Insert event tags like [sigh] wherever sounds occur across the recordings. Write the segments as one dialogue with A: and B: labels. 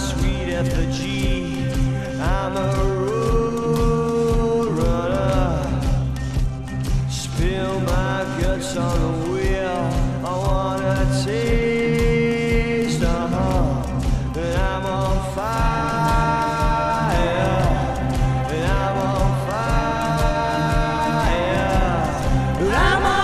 A: at the G. I'm a road runner. Spill my guts on the wheel. I wanna taste the hum. And I'm on fire. And I'm on fire. And I'm on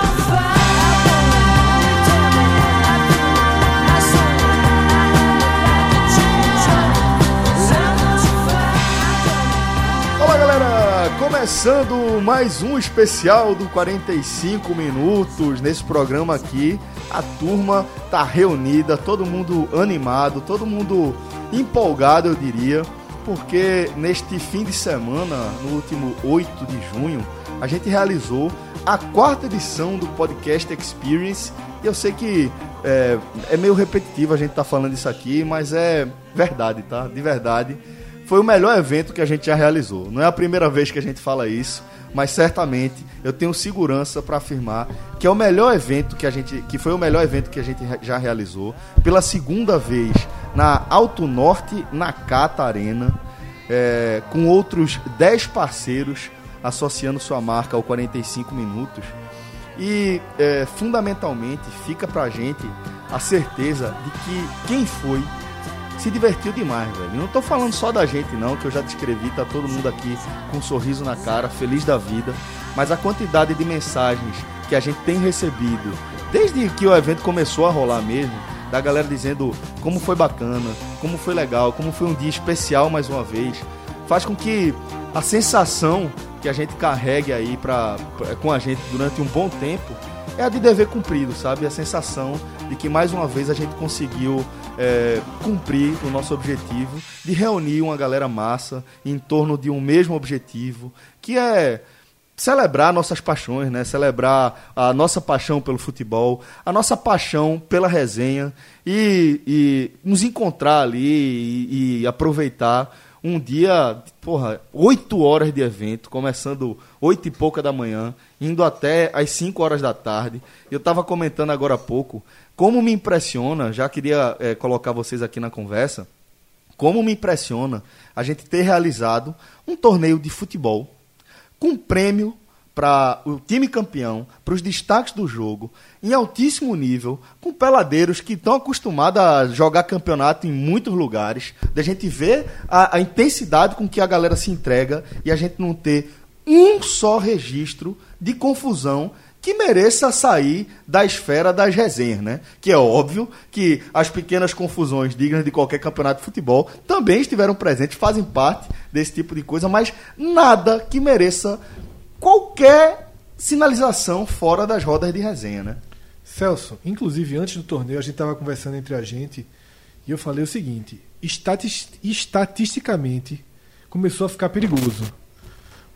B: Olá galera, começando mais um especial do 45 minutos nesse programa aqui. A turma tá reunida, todo mundo animado, todo mundo empolgado, eu diria, porque neste fim de semana, no último 8 de junho, a gente realizou a quarta edição do podcast Experience. E eu sei que é, é meio repetitivo a gente tá falando isso aqui, mas é verdade, tá? De verdade foi o melhor evento que a gente já realizou. Não é a primeira vez que a gente fala isso, mas certamente eu tenho segurança para afirmar que é o melhor evento que a gente, que foi o melhor evento que a gente re- já realizou pela segunda vez na Alto Norte, na Cata Arena, é, com outros 10 parceiros associando sua marca ao 45 minutos. E é, fundamentalmente fica pra gente a certeza de que quem foi se divertiu demais, velho. Não tô falando só da gente, não, que eu já descrevi, tá todo mundo aqui com um sorriso na cara, feliz da vida. Mas a quantidade de mensagens que a gente tem recebido, desde que o evento começou a rolar mesmo, da galera dizendo como foi bacana, como foi legal, como foi um dia especial mais uma vez faz com que a sensação que a gente carregue aí pra, pra- com a gente durante um bom tempo é a de dever cumprido, sabe? A sensação de que mais uma vez a gente conseguiu é, cumprir o nosso objetivo de reunir uma galera massa em torno de um mesmo objetivo, que é celebrar nossas paixões, né? Celebrar a nossa paixão pelo futebol, a nossa paixão pela resenha e, e nos encontrar ali e, e aproveitar um dia, porra, oito horas de evento, começando oito e pouca da manhã, indo até às 5 horas da tarde. Eu estava comentando agora há pouco como me impressiona, já queria eh, colocar vocês aqui na conversa, como me impressiona a gente ter realizado um torneio de futebol com prêmio para o time campeão, para os destaques do jogo, em altíssimo nível, com peladeiros que estão acostumados a jogar campeonato em muitos lugares, da gente ver a, a intensidade com que a galera se entrega e a gente não ter um só registro de confusão que mereça sair da esfera das resenhas, né? Que é óbvio que as pequenas confusões dignas de qualquer campeonato de futebol também estiveram presentes, fazem parte desse tipo de coisa, mas nada que mereça qualquer sinalização fora das rodas de resenha, né?
C: Celso, inclusive antes do torneio a gente estava conversando entre a gente e eu falei o seguinte: estatis- estatisticamente começou a ficar perigoso.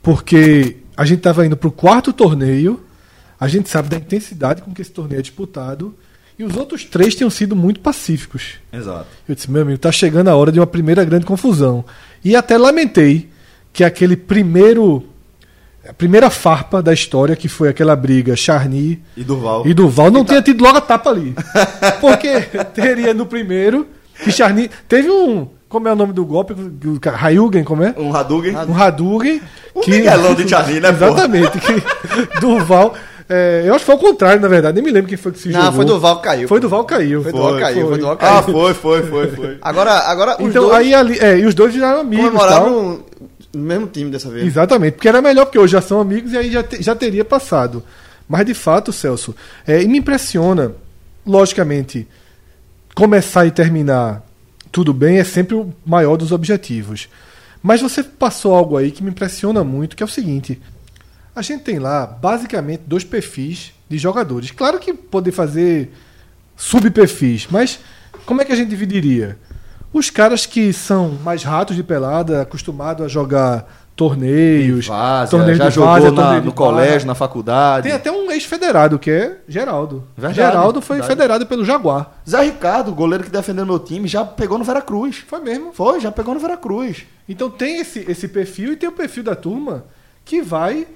C: Porque a gente estava indo para o quarto torneio, a gente sabe da intensidade com que esse torneio é disputado e os outros três tinham sido muito pacíficos.
B: Exato.
C: Eu disse, meu amigo, tá chegando a hora de uma primeira grande confusão. E até lamentei que aquele primeiro. A primeira farpa da história, que foi aquela briga Charny
B: E Durval.
C: e Duval, não
D: tá-
C: tenha tido logo a tapa ali.
D: [laughs]
C: Porque teria no primeiro que Charny. Teve um. Como é o nome do golpe? O cara- Hayugen, como é?
B: Um Hadouken.
C: Um Hadouken.
B: Um Miguelão de Charny, né, porra?
C: Exatamente.
D: [laughs]
C: Que Duval. é, eu acho que foi o contrário, na verdade. Nem me lembro quem foi que se
D: Não,
C: jogou.
D: foi Duval que caiu.
C: Foi Duval que caiu.
D: Foi Duval que caiu, foi Duval que caiu.
B: Ah, foi, foi, foi, foi.
D: Agora, agora os
C: Então,
D: dois
C: aí ali. É, e os dois viraram amigos. e tal.
D: comemoraram no mesmo time dessa vez.
C: Exatamente, porque era melhor, porque hoje já são amigos e aí já, te- já teria passado. Mas de fato, Celso, é, e me impressiona, logicamente, começar e terminar tudo bem é sempre o maior dos objetivos. Mas você passou algo aí que me impressiona muito, que é o seguinte: a gente tem lá basicamente dois perfis de jogadores. Claro que poder fazer subperfis, mas como é que a gente dividiria? Os caras que são mais ratos de pelada, acostumados a jogar torneios,
B: Várzea,
C: torneios
B: já
C: de
B: jogou
C: várzea,
B: na-
C: torneio de
B: no
C: praia.
B: colégio, na faculdade.
C: Tem até um ex-federado que é Geraldo.
B: Verdade,
C: Geraldo foi
B: verdade.
C: federado pelo Jaguar.
B: Zé Ricardo, goleiro que defendeu meu time, já pegou no Veracruz.
C: Foi mesmo.
B: Foi, já pegou no Veracruz.
C: Então tem esse, esse perfil e tem o perfil da turma que vai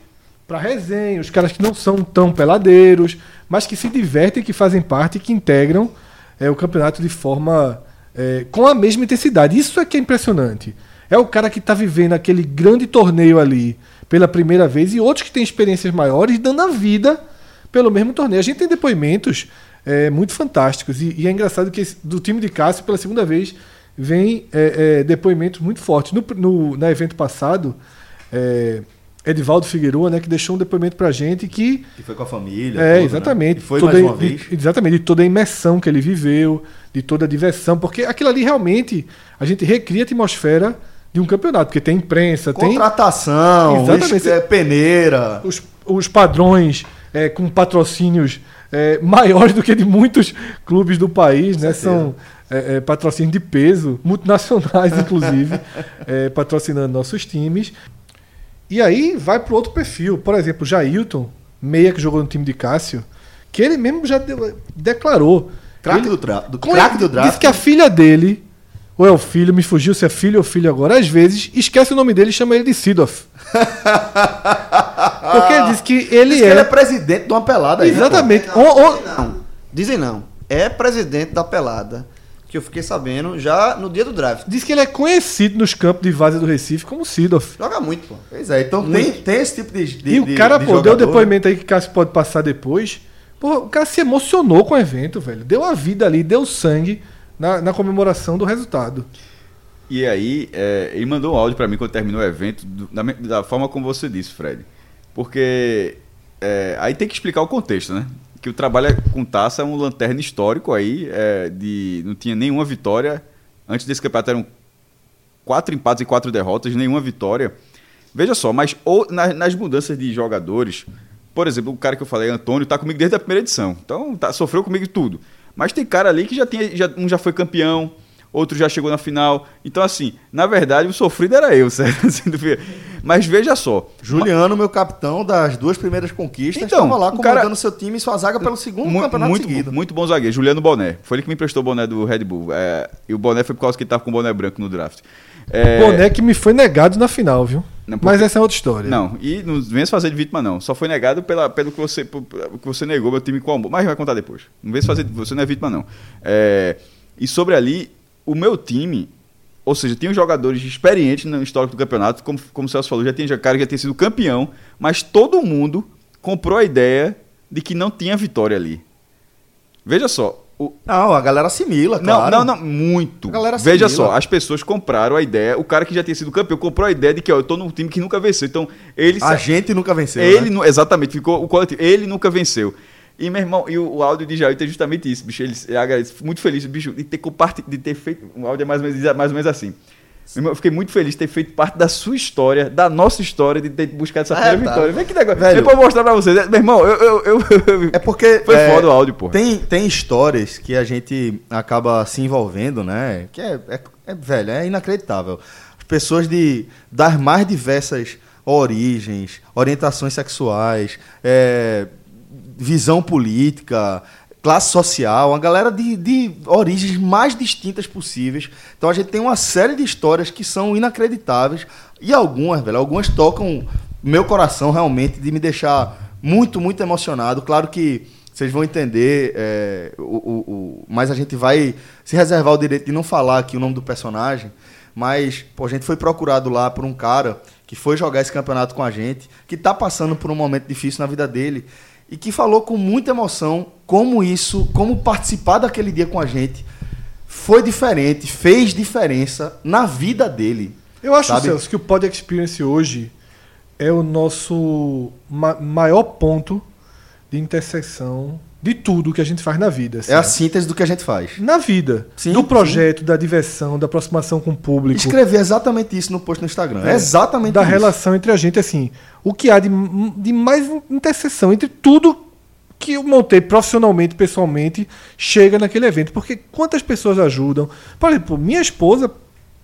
C: pra resenha, os caras que não são tão peladeiros, mas que se divertem, que fazem parte, que integram é, o campeonato de forma é, com a mesma intensidade. Isso é que é impressionante. É o cara que está vivendo aquele grande torneio ali pela primeira vez e outros que têm experiências maiores dando a vida pelo mesmo torneio. A gente tem depoimentos é, muito fantásticos e, e é engraçado que esse- do time de Cássio, pela segunda vez, vem é, é, depoimentos muito fortes. No, no na evento passado, é, Edivaldo Figueroa, né, que deixou um depoimento para a gente que
B: E foi com a família. tudo,
C: é,
B: né?
C: exatamente.
B: E foi
C: Toda
B: mais
C: a-
B: uma
C: de-
B: vez.
C: Exatamente, de toda a imersão que ele viveu, de toda a diversão, porque aquilo ali realmente a gente recria a atmosfera de um campeonato, porque tem imprensa, tem
B: Contratação,
C: Exatamente.
B: isso é peneira.
C: os, os padrões é, com patrocínios é, maiores do que de muitos clubes do país, né? São é, é, patrocínios de peso,
B: [laughs]
C: multinacionais, inclusive, é, patrocinando nossos times. E aí vai para outro perfil. Por exemplo, Jailton, meia que jogou no time de Cássio, que ele mesmo já de- declarou.
B: Craque
C: Ele-
B: do, tra... do,
C: com-
B: craque do
C: Diz
B: draft.
C: que a filha dele, ou é o filho, me fugiu se é filho ou filho agora, às vezes esquece o nome dele e chama ele de Sidoff. Porque ele diz que ele
B: Ah. Diz
C: é.
B: que ele é presidente de uma pelada aí. né, pô?
C: Exatamente.
D: Não,
C: O- o-
D: dizem não. Dizem não. É presidente da pelada. Que eu fiquei sabendo já no dia do draft.
C: diz que ele é conhecido nos campos de Várzea do Recife como Sidoff.
D: Joga muito, pô.
B: Pois é, então tem, tem esse tipo de. de
C: E o cara,
B: de
C: pô, deu o
B: jogador, né?
C: depoimento aí que o Cássio pode passar depois. Pô, o cara se emocionou com o evento, velho. Deu a vida ali, deu sangue na, na comemoração do resultado.
E: E aí, é, ele mandou um áudio pra mim quando terminou o evento, do- da, me- da forma como você disse, Fred. Porque é, aí tem que explicar o contexto, né? Que o trabalho é- com taça é um lanterna histórico aí, é, de, não tinha nenhuma vitória. Antes desse campeonato um eram quatro empates e quatro derrotas, nenhuma vitória. Veja só, mas ou, nas, nas mudanças de jogadores, por exemplo, o cara que eu falei, Antônio, tá comigo desde a primeira edição. Então, tá, sofreu comigo tudo. Mas tem cara ali que já tinha. Já, um já foi campeão, outro já chegou na final. Então, assim, na verdade, o sofrido era eu, [laughs] certo? Assim, Mas veja só.
B: Juliano, meu capitão das duas primeiras conquistas,
E: Então,
B: estava lá
E: o
B: comandando
E: cara-
B: seu time e sua zaga pelo segundo
E: Mu-
B: Um campeonato
E: muito,
B: seguido.
E: muito bom zagueiro, Juliano Boné. Foi ele que me emprestou o boné do Red Bull. É, e o boné foi por causa que ele tava com o boné branco no draft. É,
C: Boné que me foi negado na final, viu?
E: Não, porque-
C: Mas essa é outra história.
E: Não, e não vem se fazer de vítima, não. Só foi negado pela, pelo que você, por- pelo que você negou meu time com amor. Mas vai contar depois. Não vem se fazer. de- Você não é vítima, não. É, e sobre ali, o meu time. Ou seja, tinha jogadores experientes no histórico do campeonato, como, como o Celso falou, já tinha já- cara que já tinha sido campeão, mas todo mundo comprou a ideia de que não tinha vitória ali. Veja só, o,
B: Não, a galera assimila,
E: não,
B: Ah, claro.
E: não, não, muito.
B: A galera
E: Veja
B: assimila.
E: só, as pessoas compraram a ideia, o cara que já tinha sido campeão comprou a ideia de que, ó, eu tô num time que nunca venceu. Então, ele
B: A
E: se-
B: gente nunca venceu. né?
E: ele nu- exatamente, ficou o coletivo. Ele nunca venceu. E meu irmão, e o, o áudio de Jair é justamente isso, bicho. Ele ele agradece, muito feliz, bicho, de ter compartilhado, de ter feito. O áudio é mais ou menos, mais ou menos assim. Meu irmão, eu fiquei muito feliz de ter feito parte da sua história, da nossa história, de ter buscado essa
D: Ah,
E: primeira
D: tá.
E: vitória. Vem que negócio.
B: É, Velho.
E: Eu vou mostrar pra vocês. Meu irmão, eu. eu- eu-
B: É porque.
E: Foi
B: é,
E: foda o áudio, porra.
B: Tem, tem histórias que a gente acaba se envolvendo, né? Que é, é, é, velho, é inacreditável. As pessoas de, das mais diversas origens, orientações sexuais, é, visão política, classe social, uma galera de, de origens mais distintas possíveis. Então a gente tem uma série de histórias que são inacreditáveis e algumas, velho, algumas tocam meu coração realmente de me deixar muito, muito emocionado. Claro que vocês vão entender, é, o, o- o- mas a gente vai se reservar o direito de não falar aqui o nome do personagem. Mas pô, a gente foi procurado lá por um cara que foi jogar esse campeonato com a gente, que está passando por um momento difícil na vida dele e que falou com muita emoção como isso, como participar daquele dia com a gente foi diferente, fez diferença na vida dele.
C: Eu acho,
B: sabe?
C: Celso, que o Pod Experience hoje é o nosso ma- maior ponto de interseção de tudo que a gente faz na vida. assim.
B: É a síntese do que a gente faz.
C: Na vida.
B: Sim,
C: do
B: sim.
C: projeto, da diversão, da aproximação com o público. né,
B: Escrevi exatamente isso no post no Instagram. É exatamente
C: Da
B: isso.
C: relação entre a gente, assim. O que há de, de mais interseção entre tudo que eu montei profissionalmente, pessoalmente, chega naquele evento. Porque quantas pessoas ajudam? Por exemplo, minha esposa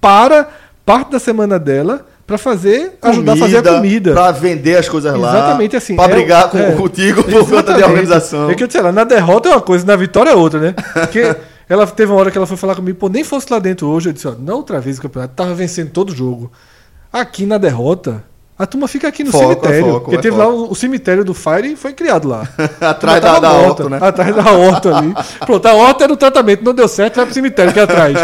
C: para parte da semana dela para fazer ajudar a fazer a comida.
B: Pra vender as coisas lá.
C: Exatamente assim.
B: Pra
C: É,
B: brigar com,
C: é.
B: contigo [laughs] por conta de
C: Exatamente.
B: organização.
C: É que eu sei lá, na derrota é uma coisa, na vitória é
B: [laughs]
C: outra, né? Porque ela teve uma hora que ela foi falar comigo, pô, nem fosse lá dentro hoje. Eu disse, ó, na outra vez o campeonato tava vencendo todo jogo. Aqui na derrota, A turma fica aqui no
B: Foco, é
C: cemitério.
B: foco,
C: porque
B: é
C: teve
B: foco.
C: lá o, o cemitério do Fire e foi
B: [laughs]
C: criado lá.
B: Atrás
C: Tava
B: da, da
C: morta,
B: auto, né?
C: tá Atrás da horta ali. Pronto, a horta era o tratamento, não deu certo, vai pro cemitério aqui atrás.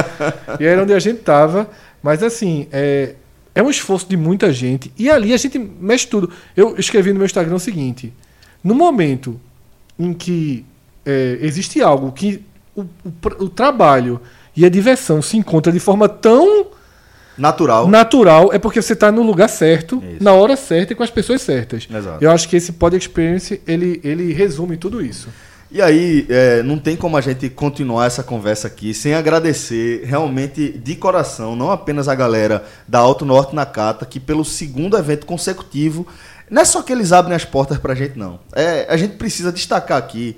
C: E era onde a gente tava. Mas assim, é, é um esforço de muita gente. E ali a gente mexe tudo. Eu escrevi no meu Instagram o seguinte: no momento em que é, existe algo que o, o pr- o trabalho e a diversão se encontram de forma tão
D: Natural.
C: natural é porque você está no lugar certo,
E: Isso.
C: na hora certa e com as pessoas certas.
E: Exato.
C: Eu acho que esse Pod Experience ele, ele resume tudo isso.
B: E aí, é, não tem como a gente continuar essa conversa aqui sem agradecer realmente de coração, não apenas a galera da Alto Norte na Cata, que pelo segundo evento consecutivo, não é só que eles abrem as portas pra gente, não. É, a gente precisa destacar aqui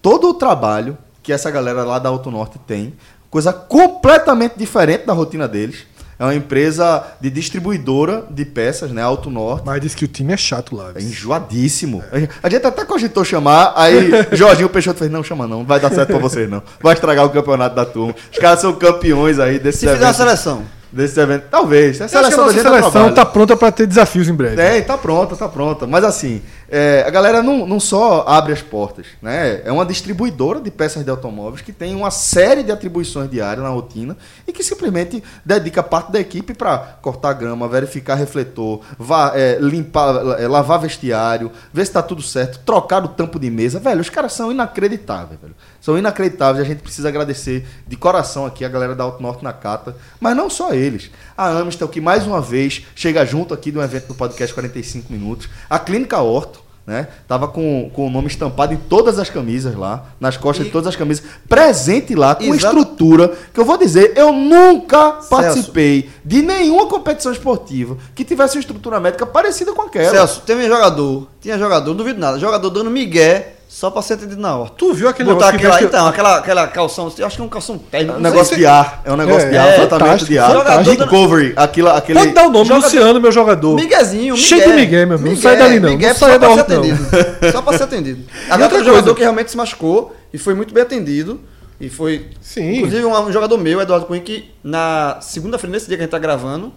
B: todo o trabalho que essa galera lá da Alto Norte tem, coisa completamente diferente da rotina deles. É uma empresa de distribuidora de peças, né? Alto Norte.
C: Mas disse que o time é chato lá.
B: É enjoadíssimo. A gente até cogitou chamar, aí Jorginho Peixoto fez, não, chama não, não vai dar certo pra vocês não. Vai estragar o campeonato da turma. Os caras são campeões aí desse
D: Se fizer a
B: evento.
D: seleção.
B: Desse evento. Talvez. A
C: A seleção,
B: seleção da gente é
C: seleção
B: trabalho.
C: tá pronta para ter desafios em breve.
B: É, e tá pronta, tá pronta. Mas assim, é, a galera não, não só abre as portas, né? É uma distribuidora de peças de automóveis que tem uma série de atribuições diárias na rotina e que simplesmente dedica parte da equipe para cortar grama, verificar refletor, va- é, limpar, é, lavar vestiário, ver se tá tudo certo, trocar o tampo de mesa. Velho, os caras são inacreditáveis, velho. São inacreditáveis. A gente precisa agradecer de coração aqui a galera da Alto Norte na Cata, mas não só eles. A Amstel, que mais uma vez chega junto aqui de um evento do podcast 45 Minutos. A Clínica Horto, né? Tava com, com o nome estampado em todas as camisas lá, nas costas de todas as camisas. Presente lá, com
D: Exato.
B: estrutura, que eu vou dizer, eu nunca
D: Celso.
B: participei de nenhuma competição esportiva que tivesse uma estrutura médica parecida com aquela.
D: Celso, teve um jogador. Tinha jogador, não duvido nada. Jogador dando migué só pra ser atendido na horta.
C: Tu viu aquele
D: Botar
C: negócio que
D: aquela,
C: mexe-
D: então, aquela, aquela calção, eu acho que é um calção térmico.
B: É um
D: não sei
B: negócio
D: se-
B: de ar, é um negócio
C: É,
B: de ar,
D: é,
B: tratamento de ar.
D: fantástico.
B: Recovery, aquilo, aquele.
C: Pode dar o nome,
D: Joga-
C: Luciano, meu jogador.
D: Miguezinho, Miguel.
C: Cheio de migué, meu amigo. Não sai dali, não.
D: Miguel
C: Não saia
D: é só pra
C: da
D: ser
C: horta, não. [laughs]
D: atendido. Só pra ser atendido.
C: outra
D: Agora tem um
C: coisa-
D: jogador que realmente se machucou e foi muito bem atendido. E foi.
C: Sim.
D: Inclusive, um, um jogador meu, Eduardo Cunha, que na segunda-feira, nesse dia que a gente tá gravando,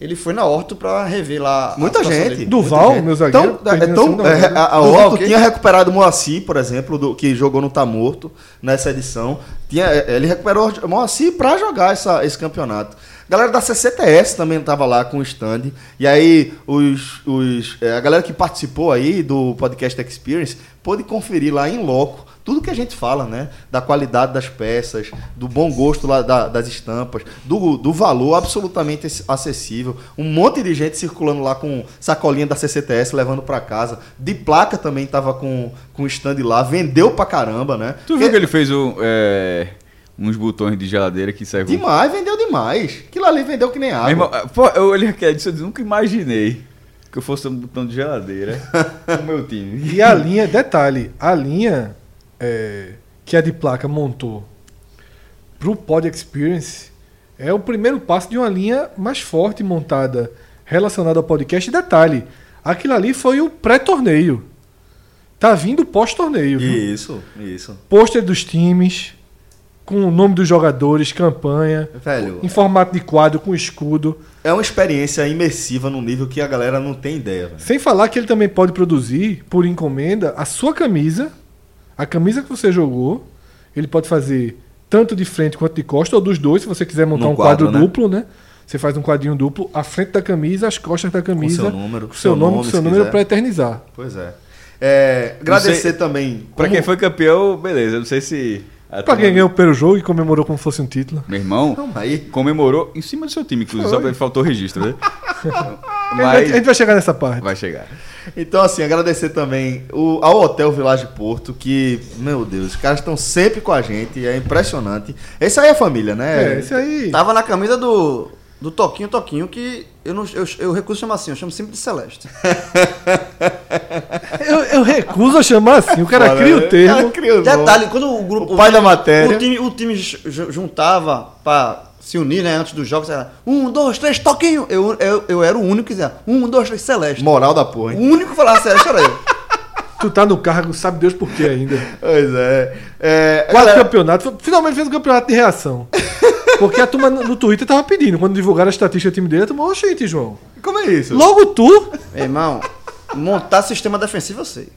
D: ele foi na horta pra rever lá. a
B: Muita
C: É
D: situação
B: gente.
D: dele.
C: Duval,
B: muita
C: meu
B: gente.
C: zagueiro,
B: Então, é,
C: perdendo a
B: então
C: segunda
B: é,
C: rodada.
B: a, a
D: Duval,
B: Horto
D: ok.
B: tinha recuperado o Moacir, por exemplo, do- que jogou no Tá Morto nessa edição. Tinha, é, ele recuperou o Moacir pra jogar essa- esse campeonato. Galera da CCTS também estava lá com o stand. E aí, os, os, é, a galera que participou aí do Podcast Experience pôde conferir lá em loco tudo que a gente fala, né? Da qualidade das peças, do bom gosto lá da- das estampas, do, do valor absolutamente ac- acessível. Um monte de gente circulando lá com sacolinha da CCTS, levando pra casa. De placa também tava com, com stand lá, vendeu pra caramba, né?
E: Tu viu que ele fez um, é, uns botões de geladeira que servem.
B: Demais, vendeu demais. Aquilo ali vendeu que nem água.
E: Meu irmão, pô, eu olhei aqui disse, eu nunca imaginei que eu fosse um botão
B: [laughs]
E: de geladeira no meu time.
C: E a linha, detalhe, a linha é, que a de placa montou pro Pod Experience é o primeiro passo de uma linha mais forte montada relacionada ao podcast. E detalhe, aquilo ali foi o pré-torneio. Tá vindo o pós-torneio. viu?
B: Isso, isso.
C: Pôster dos times, com o nome dos jogadores, campanha,
B: Velho,
C: em formato de quadro, com escudo.
B: é uma experiência imersiva num nível que a galera não tem ideia, velho.
C: Sem falar que ele também pode produzir, por encomenda, a sua camisa, a camisa que você jogou. Ele pode fazer tanto de frente quanto de costa, ou dos dois, se você quiser montar
B: Num
C: um quadro,
B: quadro, né?
C: duplo, né? Você faz um quadrinho duplo, a frente da camisa, as costas da camisa.
B: seu número,
C: Com seu, nome, com seu
B: se
C: número
B: quiser.
C: para eternizar.
B: Pois é. É, agradecer
E: sei-
B: também.
E: Pra
B: como-
E: quem foi campeão, beleza. eu Não sei se. a
C: Pra
E: turma-
C: quem ganhou pelo jogo e comemorou como fosse um título.
E: Meu irmão
B: Calma aí.
E: comemorou em cima do seu time, inclusive. Só
C: Foi.
E: faltou o registro, né?
C: A gente- a gente
E: Mas
C: vai chegar nessa parte.
E: vai chegar.
B: Então, assim, agradecer também o- ao Hotel Village Porto, que, meu Deus, os caras estão sempre com a gente, é impressionante. Esse aí é família, né?
C: É, isso aí.
D: Tava na camisa do, do Toquinho Toquinho, que eu, não, eu, eu recuso chamar assim, eu chamo sempre de Celeste.
C: Eu, eu recuso a chamar assim, o cara
B: Fala,
C: cria
B: né?
C: o termo.
B: Cara, cria o nome.
D: Detalhe, quando o grupo.
B: O pai da
D: time-
B: matéria.
D: O time, o time ju- juntava pra se unir, né? Antes dos jogos, era um, dois, três, toquinho. Eu, eu, eu era o único que dizia um, dois, três, Celeste.
B: Moral da porra,
D: O
B: hein?
D: único que falava Celeste era eu. [laughs]
C: Tu tá no cargo, sabe Deus por quê ainda.
B: Pois é. É,
C: Quatro
B: galera, [laughs]
C: campeonatos. Finalmente fez um campeonato de reação. Porque a turma no no Twitter tava pedindo. Quando divulgaram a estatística do time dele, a turma, ô gente, João.
E: Como é isso?
C: Logo tu.
D: Meu irmão, montar sistema defensivo eu sei.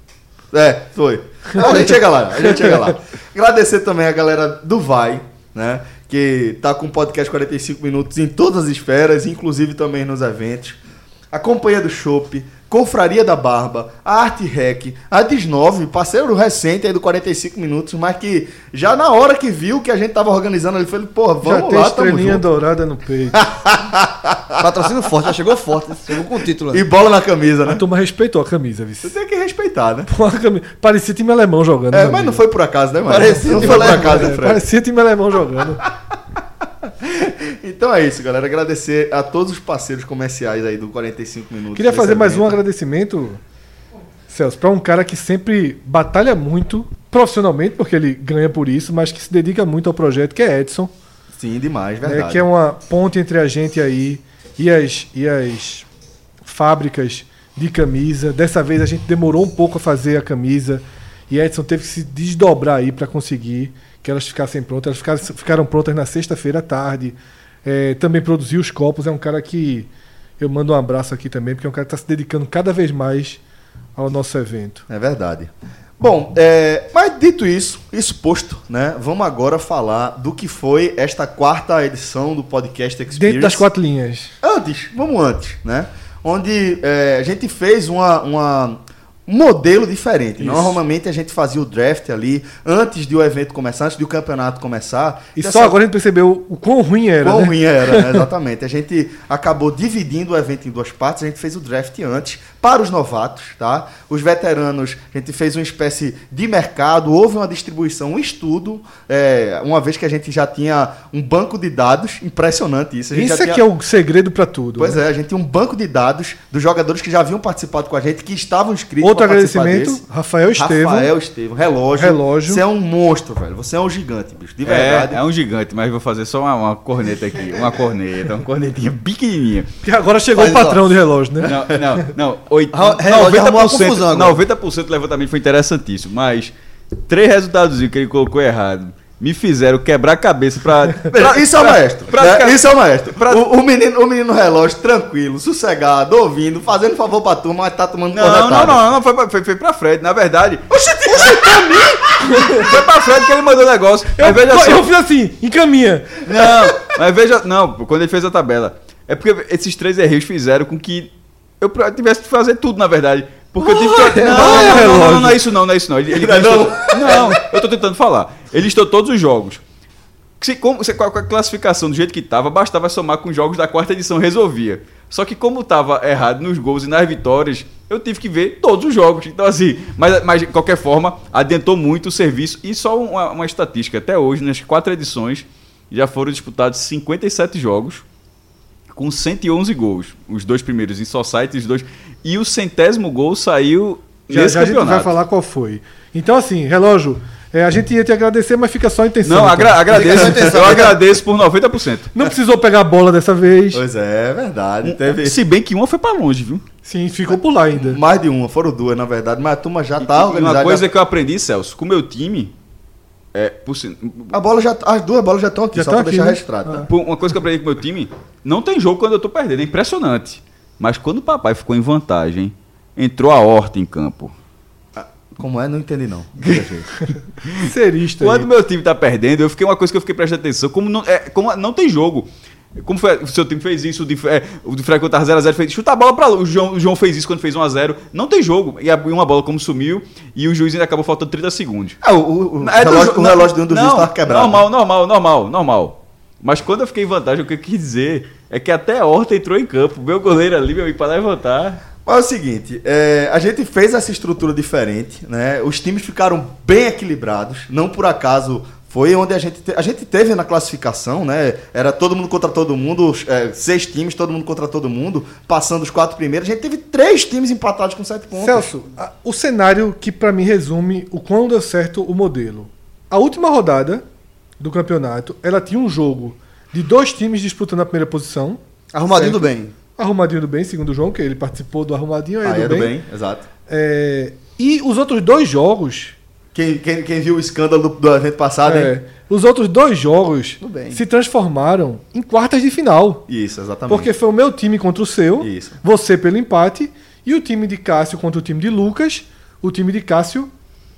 B: É, foi. Não, a gente chega lá, a gente chega
C: [laughs]
B: lá. Agradecer também a galera do Vai, né? Que tá com o podcast 45 minutos em todas as esferas, inclusive também nos eventos. A Companhia do Chopp, Confraria da Barba, a Arte Rec, a 19, parceiro recente aí do 45 minutos, mas que já na hora que viu que a gente tava organizando, ele falou, pô,
C: Já
B: vamos
C: tem
B: lá, tamo
C: estrelinha
B: junto.
C: dourada no peito.
D: Patrocínio forte, já chegou forte, chegou com o título.
B: E bola na camisa,
C: A
B: né?
C: turma respeitou a camisa,
B: Você
C: vice.
B: tem que respeitar, né?
C: Pô, a camisa- Parecia time alemão jogando.
B: É,
C: meu
B: mas não
C: amigo.
B: foi por acaso, né, mano?
D: Parecia
B: não
D: de
B: foi por
D: moleque,
B: acaso, né,
C: É,
B: Fred?
C: Parecia time alemão jogando.
B: [laughs] Então é isso, galera. Agradecer a todos os parceiros comerciais aí do 45 Minutos.
C: Queria fazer mais um
B: Excelente.
C: agradecimento, Celso, para um cara que sempre batalha muito profissionalmente, porque ele ganha por isso, mas que se dedica muito ao projeto, que é Edson,
B: Sim, demais,
C: né,
B: verdade.
C: que é uma ponte entre a gente aí e as, e as fábricas de camisa. Dessa vez a gente demorou um pouco a fazer a camisa e Edson teve que se desdobrar aí para conseguir que elas ficassem prontas. Elas ficaram, ficaram prontas na sexta-feira à tarde. É, também produziu os copos. É um cara que eu mando um abraço aqui também, porque é um cara que está se dedicando cada vez mais ao nosso evento.
B: É verdade. Bom, é, mas dito isso, exposto, né? Vamos agora falar do que foi esta quarta edição do Podcast Experience.
C: Dentro das quatro linhas.
B: Antes, vamos antes, né? Onde é, a gente fez uma, uma- um modelo diferente. Normalmente a gente fazia o draft ali antes de o evento começar, antes do campeonato começar.
C: E
B: Dessa
C: só agora a gente percebeu o quão ruim era.
B: Tá Quão
C: né?
B: ruim era,
C: [laughs]
B: né? exatamente. A gente acabou dividindo o evento em duas partes, a gente fez o draft antes para os novatos, tá? Os veteranos, a gente fez uma espécie de mercado, houve uma distribuição, um estudo, é, uma vez que a gente já tinha um banco de dados, impressionante isso. A gente
C: Isso
B: já
C: é que
B: tinha-
C: é o segredo para tudo.
B: Pois
C: né?
B: é, a gente tinha um banco de dados dos jogadores que já haviam participado com a gente, que estavam inscritos
C: Outro
B: pra participar
C: agradecimento,
B: desse.
C: Rafael Estevam.
B: Rafael Estevam, relógio.
C: Relógio.
B: Você é um monstro, velho. Você é um gigante, bicho. De verdade.
E: É, é um gigante, mas vou fazer só uma, uma corneta aqui. Uma corneta, uma cornetinha pequenininha.
C: Que agora chegou
D: Faz
C: o patrão do relógio, né?
E: Não, não, não. oit-
D: Ra- relógio arrumou uma confusão
E: 90%,
D: agora.
E: 90% do levantamento foi interessantíssimo, mas três resultados que ele colocou errado me fizeram quebrar a cabeça pra.
B: Veja, isso é o maestro.
E: pra-
B: né?
E: pra-
B: Isso é o maestro.
E: pra-
B: o, o menino, o menino relógio, tranquilo, sossegado, ouvindo, fazendo favor pra turma, mas tá tomando
E: Não, não, não, não, foi pra, foi, foi pra Fred, na verdade. Oxi, pra mim? Foi pra Fred que ele mandou o negócio.
C: Eu,
E: Mas veja só.
C: eu fiz assim, encaminha.
E: Não, mas veja, não, pô, quando ele fez a tabela. É porque esses três erros fizeram com que eu pra- tivesse que fazer tudo, na verdade. Porque eu tive que. Não, não, não, não, não, não é isso não, não é isso não. Ele, ele
B: Não é
E: listou- não, eu tô tentando falar. Ele listou todos os jogos. Se, como, se, com, a, com a classificação do jeito que tava, bastava somar com os jogos da quarta edição, resolvia. Só que como tava errado nos gols e nas vitórias, eu tive que ver todos os jogos. Então, assim, mas, mas de qualquer forma, adiantou muito o serviço. E só uma, uma estatística, até hoje, nas quatro edições, já foram disputados 57 jogos com 111 gols. Os dois primeiros em society, os dois. E o centésimo gol saiu
C: Já,
E: nesse
C: já a gente vai
E: campeonato.
C: falar qual foi. Então, assim, relógio, é, a gente ia te agradecer, mas fica só a intenção.
E: Não,
C: então.
E: agra agradeço.
D: Fica com atenção,
E: Eu
D: fica-
E: agradeço por 90%.
C: Não precisou pegar a bola dessa vez.
B: Pois é, é
E: Um-
B: verdade. Teve
E: Se bem que uma foi pra longe, viu?
C: Sim, ficou por lá ainda.
B: mais de uma, foram duas, na verdade, mas a turma já
E: um- E-
B: tá
E: e
B: organizada.
E: uma coisa
B: já-
E: que eu aprendi, Celso, com o meu time, é, por, si-
B: a bola já, as duas bolas já estão aqui,
C: Já
B: só
C: tão
B: pra
C: aqui,
B: deixar
C: né?
B: registrado. tá?
E: por- uma coisa que eu aprendi com o meu time, não tem jogo quando eu tô perdendo, é impressionante. Mas quando o papai ficou em vantagem, entrou a horta em campo.
B: Como é? Não entendi,
E: [laughs]
B: não. Diga, gente.
C: Serista.
E: Quando
C: aí.
E: meu time tá perdendo, eu fiquei uma coisa que eu fiquei prestando atenção, como não, é, como não tem jogo. Como foi, o seu time fez isso, o de, é, o de Fred quando tava 0x0 fez chuta a bola pra longe. O João, o João fez isso quando fez 1x0. Não tem jogo. E a- e uma bola como sumiu, e o juiz ainda acabou faltando 30 segundos.
B: Ah, o, o- o
E: É do
B: relógio,
E: jo-
B: o relógio de um dos
E: não,
B: vídeos tava quebrado.
E: Normal, normal, normal, normal. Mas quando eu fiquei em vantagem, o que eu quis dizer é que até a Horta entrou em campo. Meu goleiro ali, meu amigo, pra levantar.
B: Mas é o seguinte, é, a gente fez essa estrutura diferente, né? Os times ficaram bem equilibrados, não por acaso foi onde a gente, te- a gente teve na classificação, né? Era todo mundo contra todo mundo, os, é, seis times, todo mundo contra todo mundo, passando os quatro primeiros. A gente teve três times empatados com sete pontos.
C: Celso, a- o cenário que pra mim resume o quão deu certo o modelo. A última rodada do campeonato, ela tinha um jogo de dois times disputando a primeira posição.
D: Arrumadinho do
C: Certo.
D: bem.
C: Arrumadinho do Bem, segundo o João, que ele participou Ah, é do Arrumadinho aí
B: Aí
C: do
B: é
C: Bem.
B: exato.
C: É, e os outros dois jogos
B: Que Quem, quem, quem viu o escândalo do, do evento passado, hein?
C: É. Os outros dois jogos
D: Tudo bem.
C: se transformaram em quartas de final.
B: Isso, exatamente.
C: Porque foi o meu time contra o seu,
B: Isso.
C: você pelo empate, e o time de Cássio contra o time de Lucas, o time de Cássio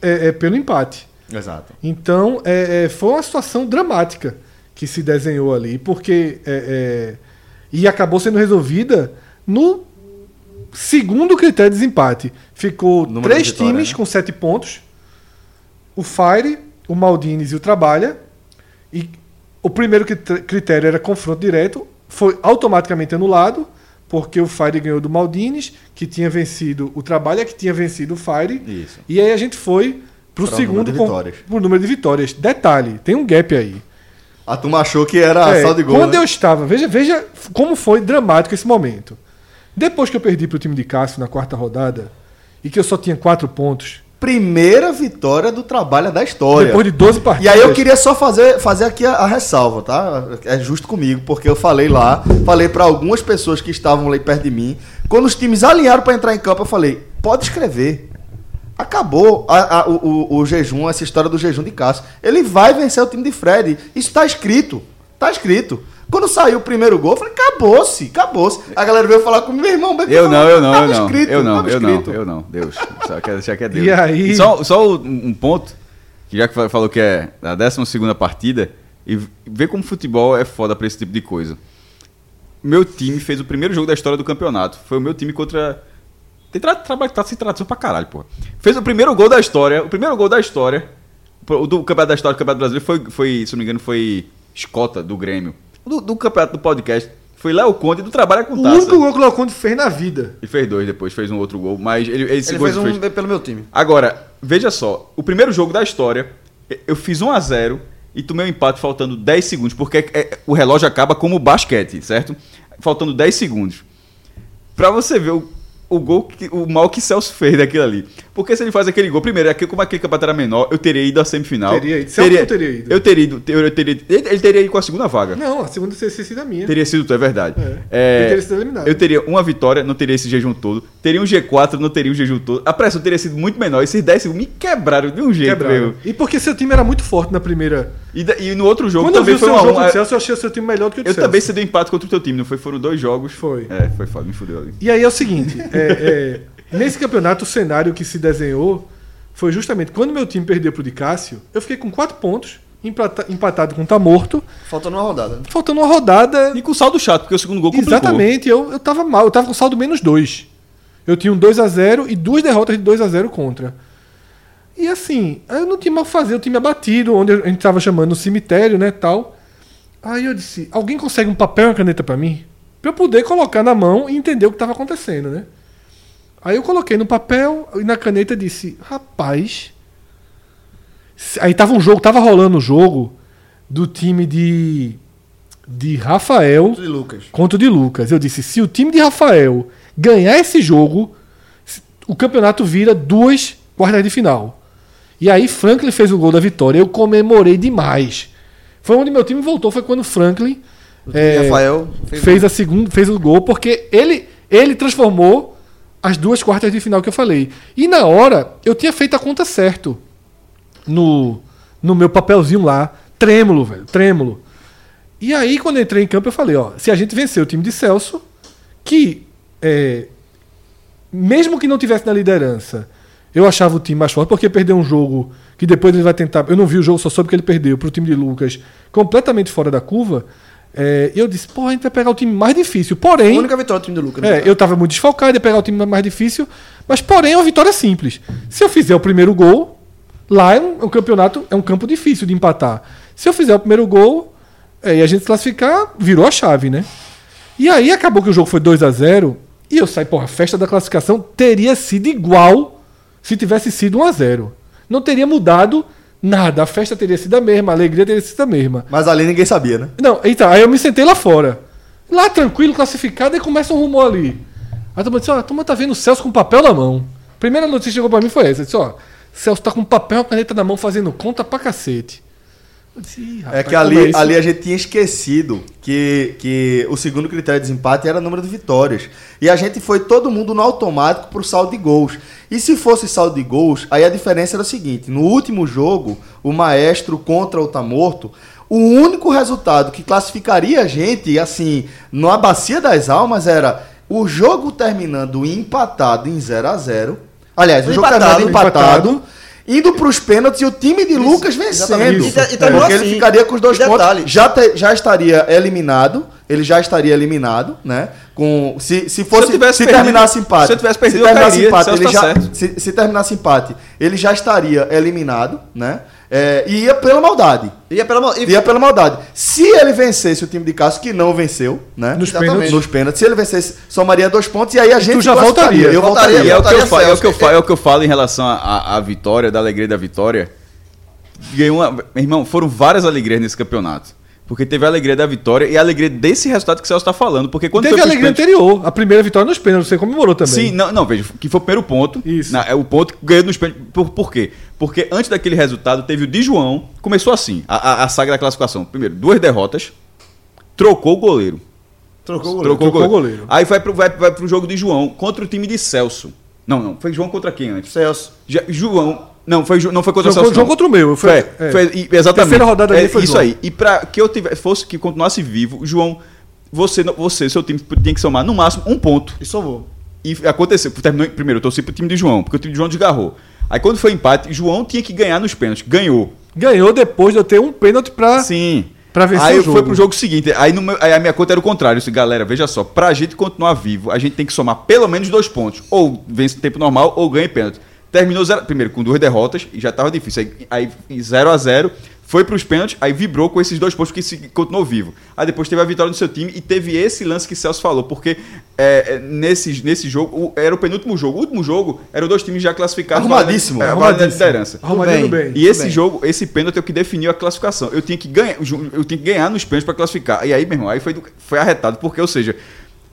C: é, é pelo empate.
B: Exato.
C: Então, é, é, foi uma situação dramática que se desenhou ali, porque. é, é, e acabou sendo resolvida no segundo critério de desempate. Ficou
B: Número
C: três
B: de vitória,
C: times
B: né?
C: com sete pontos: o Fire, o Maldines e o Trabalha. E o primeiro crit- critério era confronto direto, foi automaticamente anulado, porque o Fire ganhou do Maldines, que tinha vencido o Trabalha, que tinha vencido o Fire.
B: Isso.
C: E aí a gente foi
B: Pra o
C: pro
B: número
C: segundo
B: de
C: com-
B: vitórias.
C: pro número de vitórias. Detalhe, tem um gap aí.
B: A turma achou que era
C: É,
B: saldo de gol.
C: quando
B: né?
C: eu estava, veja, veja como foi dramático esse momento. Depois que eu perdi pro time de Cássio na quarta rodada e que eu só tinha quatro pontos,
B: Primeira vitória do trabalho da história.
C: depois de 12
B: E
C: partidas.
B: aí eu queria só fazer, fazer aqui a, a ressalva, tá? É justo comigo, porque eu falei lá, falei pra algumas pessoas que estavam ali perto de mim, quando os times alinharam pra entrar em campo, eu falei, pode escrever. Acabou a- a- o, o- o jejum, essa história do jejum de Cássio. Ele vai vencer o time de Fred. Isso tá escrito. Tá escrito. Quando saiu o primeiro gol, eu falei, acabou-se, acabou-se. A galera veio falar comigo, meu irmão,
E: Eu não, eu não,
B: tava
E: eu não.
B: escrito,
E: eu não,
B: tava
E: eu não,
B: escrito.
E: eu não. Deus. Só quero deixar que é Deus.
C: E aí?
E: Só, só um um ponto, que já que fa- falou que é a 12 segunda partida, e v- vê como futebol é foda pra esse tipo de coisa. Meu time fez o primeiro jogo da história do campeonato. Foi o meu time contra. Tem tra- trabalho que tá se tratando pra caralho, porra. Fez o primeiro gol da história. O primeiro gol da história. pro- Do campeonato da história do Campeonato Brasileiro foi, foi se não me engano, foi Escota do Grêmio. Do, do campeonato do podcast. Foi Léo Conde do Trabalho com
C: O
E: Taça.
C: único gol que o Leoconte fez na vida.
E: Ele fez dois depois, fez um outro gol, mas ele, esse
D: Ele
E: gol
D: fez
E: ele
D: um
E: fez.
D: pelo meu time.
E: Agora, veja só, o primeiro jogo da história, eu fiz 1 a 0 e tomei um empate faltando 10 segundos, porque é- é- o relógio acaba como basquete, certo? Faltando 10 segundos. Pra você ver o, o gol que, o mal que Celso fez daquilo ali. Porque se ele faz aquele gol, primeiro, é que como aquele campeonato era menor, eu teria ido à semifinal.
C: Teria ido. Celso não teria ido.
E: Eu teria ido, eu teria, ele, ele teria ido com a segunda vaga.
C: Não, a segunda teria sido a minha.
E: Teria sido tu, é verdade.
C: É.
E: É,
C: Eu teria sido eliminado.
E: Eu teria uma vitória, não teria esse jejum todo. Teria um G4, não teria o jejum todo. A pressão teria sido muito menor. Esses 10 segundos me quebraram de um jeito,
C: Quebraram.
E: meu.
C: E porque seu time era muito forte na primeira.
E: E, da- e no outro jogo
C: Quando eu vi
E: também
C: o
E: foi
C: seu
E: um a
C: jogo
E: um.
C: do Celso, eu achei o seu time melhor do que o do
E: Eu
C: Celso.
E: também cedei empate contra o teu time, não foi? Foram dois jogos.
C: Foi.
E: É, foi foda, me fudeu ali.
C: E aí é o seguinte: é, é, nesse campeonato, o cenário que se desenhou foi justamente quando meu time perdeu pro de Cássio, eu fiquei com quatro pontos, empata- empatado com o Tá Morto,
D: Faltando uma rodada. né?
C: faltando uma rodada.
E: E com saldo chato, porque o segundo gol complicou.
C: Exatamente, eu, eu tava mal, eu tava com saldo menos dois. Eu tinha um 2x0 e duas derrotas de 2x0 contra. E assim, eu não tinha mal o que fazer, eu tinha me abatido, onde a gente tava chamando o cemitério, né, tal. Aí eu disse, alguém consegue um papel e uma caneta pra mim? Pra eu poder colocar na mão e entender o que tava acontecendo, né? Aí eu coloquei no papel e na caneta disse, rapaz... se- Aí tava um jogo, tava rolando o jogo do time de... De Rafael
D: De Lucas.
C: contra o de Lucas. Eu disse: se o time de Rafael ganhar esse jogo, se- o campeonato vira duas quartas de final. E aí Franklin fez o gol da vitória. Eu comemorei demais. Foi onde meu time voltou, foi quando Franklin eh,
D: Rafael
C: fez, a segunda, fez o gol, porque ele, ele transformou as duas quartas de final que eu falei. E na hora, eu tinha feito a conta certo no, no meu papelzinho lá. Trêmulo, velho, trêmulo. E aí, quando eu entrei em campo, eu falei, ó, se a gente vencer o time de Celso, que é, mesmo que não tivesse na liderança, eu achava o time mais forte, porque perdeu um jogo que depois ele vai tentar. Eu não vi o jogo, só soube que ele perdeu para o time de Lucas, completamente fora da curva. É, eu disse, pô, a gente vai pegar o time mais difícil.
D: A
C: Porém,
D: única vitória do time do Lucas. né?
C: é, eu tava muito desfalcado, ia pegar o time mais difícil, mas porém é uma vitória simples. Se eu fizer o primeiro gol, lá é um, é um campeonato, é um campo difícil de empatar. Se eu fizer o primeiro gol é, e a gente se classificar, virou a chave, né? E aí acabou que o jogo foi 2 a 0 e eu saí, porra, a festa da classificação teria sido igual se tivesse sido 1 a 0 Não teria mudado nada, a festa teria sido a mesma, a alegria teria sido a mesma.
B: Mas ali ninguém sabia, né?
C: Não, então, aí eu me sentei lá fora. Lá tranquilo, classificado, aí começa um rumor ali. A turma disse, ó, a turma tá vendo o Celso com papel na mão. Primeira notícia que chegou pra mim foi essa. Disse, ó, Celso tá com papel e caneta na mão fazendo conta pra cacete. Eu disse, "Ih,
B: É
C: rapaz,
B: que
C: como
B: ali,
C: isso?"
B: ali a gente tinha esquecido que, que o segundo critério de desempate era o número de vitórias. E a gente foi todo mundo no automático pro saldo de gols. E se fosse saldo de gols, aí a diferença era o seguinte: no último jogo, o maestro contra o Tamorto, o único resultado que classificaria a gente, assim, na bacia das almas era o jogo terminando empatado em 0 a 0 Aliás, o jogo
D: Empatado,
B: terminando empatado.
C: empatado.
B: Indo pros pênaltis e o time de Lucas vencendo.
D: exatamente. E te- e terminou
B: É. Porque ele
D: É, assim.
B: ficaria com os dois
D: E
B: pontos.
D: detalhe,
B: Já, te- já estaria eliminado. Ele já estaria eliminado, né? Com, se, se fosse
E: eu tivesse
B: se
E: perdido-
B: terminasse empate.
E: se eu tivesse perdido,
B: se terminasse
E: eu cairia,
B: empate,
E: Celso
B: ele
E: tá
B: já,
E: certo.
B: se, se terminasse empate, ele já estaria eliminado, né? É, e ia pela maldade.
D: Ia pela mão.
B: Ia pela maldade. Se ele vencesse o time de Cássio, que não venceu, né?
C: Nos
B: Exatamente.
C: pênaltis.
B: Nos pênaltis. Se ele vencesse, somaria dois pontos e aí a gente
C: já
B: classificaria.
C: voltaria.
B: Eu
D: Voltaria,
B: voltaria.
E: E é o, que eu
D: Voltaria,
E: falo, é, o que eu
D: Celso.
E: falo, é o que eu falo em relação à- à à vitória, da alegria da vitória. Ganhei uma. Meu irmão, foram várias alegrias nesse campeonato. Porque teve a alegria da vitória e a alegria desse resultado que o Celso está falando. Porque quando
C: Teve
E: foi
C: a
E: pros
C: alegria
E: pênaltis-
C: anterior, a primeira vitória nos pênaltis, você comemorou também.
E: Sim, não, não, veja, que foi o primeiro ponto.
C: Isso.
E: Na- é o ponto que ganhou nos pênaltis. Por, por quê? Porque antes daquele resultado teve o de João. Começou assim, a, a- a saga da classificação. Primeiro, duas derrotas. Trocou o goleiro.
D: Trocou o goleiro.
E: Trocou,
C: Trocou
E: o
C: o
E: goleiro.
C: goleiro.
E: Ah, Aí vai pro, vai, vai pro jogo de João contra o time de Celso. Não, não. Foi João contra quem antes?
D: Celso.
E: Já- João. Não, foi, Ju- não foi contra o
C: João-
E: Celso.
C: João
E: não.
C: contra o meu, foi-
E: Foi,
C: é.
E: foi- e- exatamente.
C: Terceira rodada
E: é,
C: dele foi
E: Isso
C: João.
E: aí. E pra que eu tivesse, fosse que continuasse vivo, João, você, não- você seu time tinha que somar no máximo um ponto.
D: E somou.
E: E aconteceu. Terminou, em- primeiro, eu torci pro time de João, porque o time de João desgarrou. Aí quando foi empate, João tinha que ganhar nos pênaltis. Ganhou.
C: Ganhou depois de eu ter um pênalti pra.
E: Sim.
C: Pra vencer
E: aí
C: o
E: eu fui
C: jogo.
E: pro jogo seguinte. Aí, no meu- aí a minha conta era o contrário. Eu disse, galera, veja só, pra gente continuar vivo, a gente tem que somar pelo menos dois pontos. Ou vence no tempo normal, ou ganha em pênalti. Terminou zero, primeiro com duas derrotas, e já tava difícil. Aí 0x0, zero a zero, foi pros pênaltis, aí vibrou com esses dois pontos que se continuou vivo. Aí depois teve a vitória do seu time e teve esse lance que Celso falou, porque é, é, nesse, nesse jogo, o- era o penúltimo jogo. O último jogo eram dois times já classificados.
B: Arrumadíssimo,
E: É, arrumadíssimo.
C: arrumadíssimo.
E: liderança.
C: Arrumadinho
D: Tudo bem.
C: bem.
E: E esse
D: bem.
E: jogo, esse pênalti é o que definiu a classificação. Eu tinha que ganhar, ju- eu tinha que ganhar nos pênaltis para classificar. E aí, meu irmão, aí foi, do- foi arretado, porque, ou seja,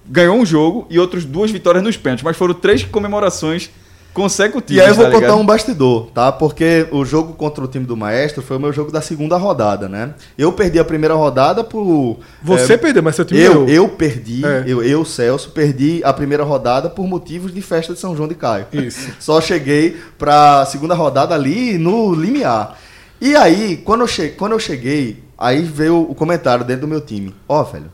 E: ganhou um jogo e outras duas vitórias nos pênaltis, mas foram três comemorações
B: E
E: consecutivas.
B: aí eu vou
E: tá
B: contar
E: ligado?
B: um bastidor, tá? Porque o jogo contra o time do Maestro foi o meu jogo da segunda rodada, né? Eu perdi a primeira rodada por.
C: Você
B: é,
C: perdeu, mas seu time
B: eu,
C: ganhou.
B: eu perdi,
C: tipo, É.
B: eu, eu, Celso, perdi a primeira rodada por motivos de festa de São João de Caio.
C: Isso.
B: [laughs] Só cheguei pra segunda rodada ali no limiar. E aí, quando eu, che quando eu cheguei, aí veio o comentário dentro do meu time. Ó, velho,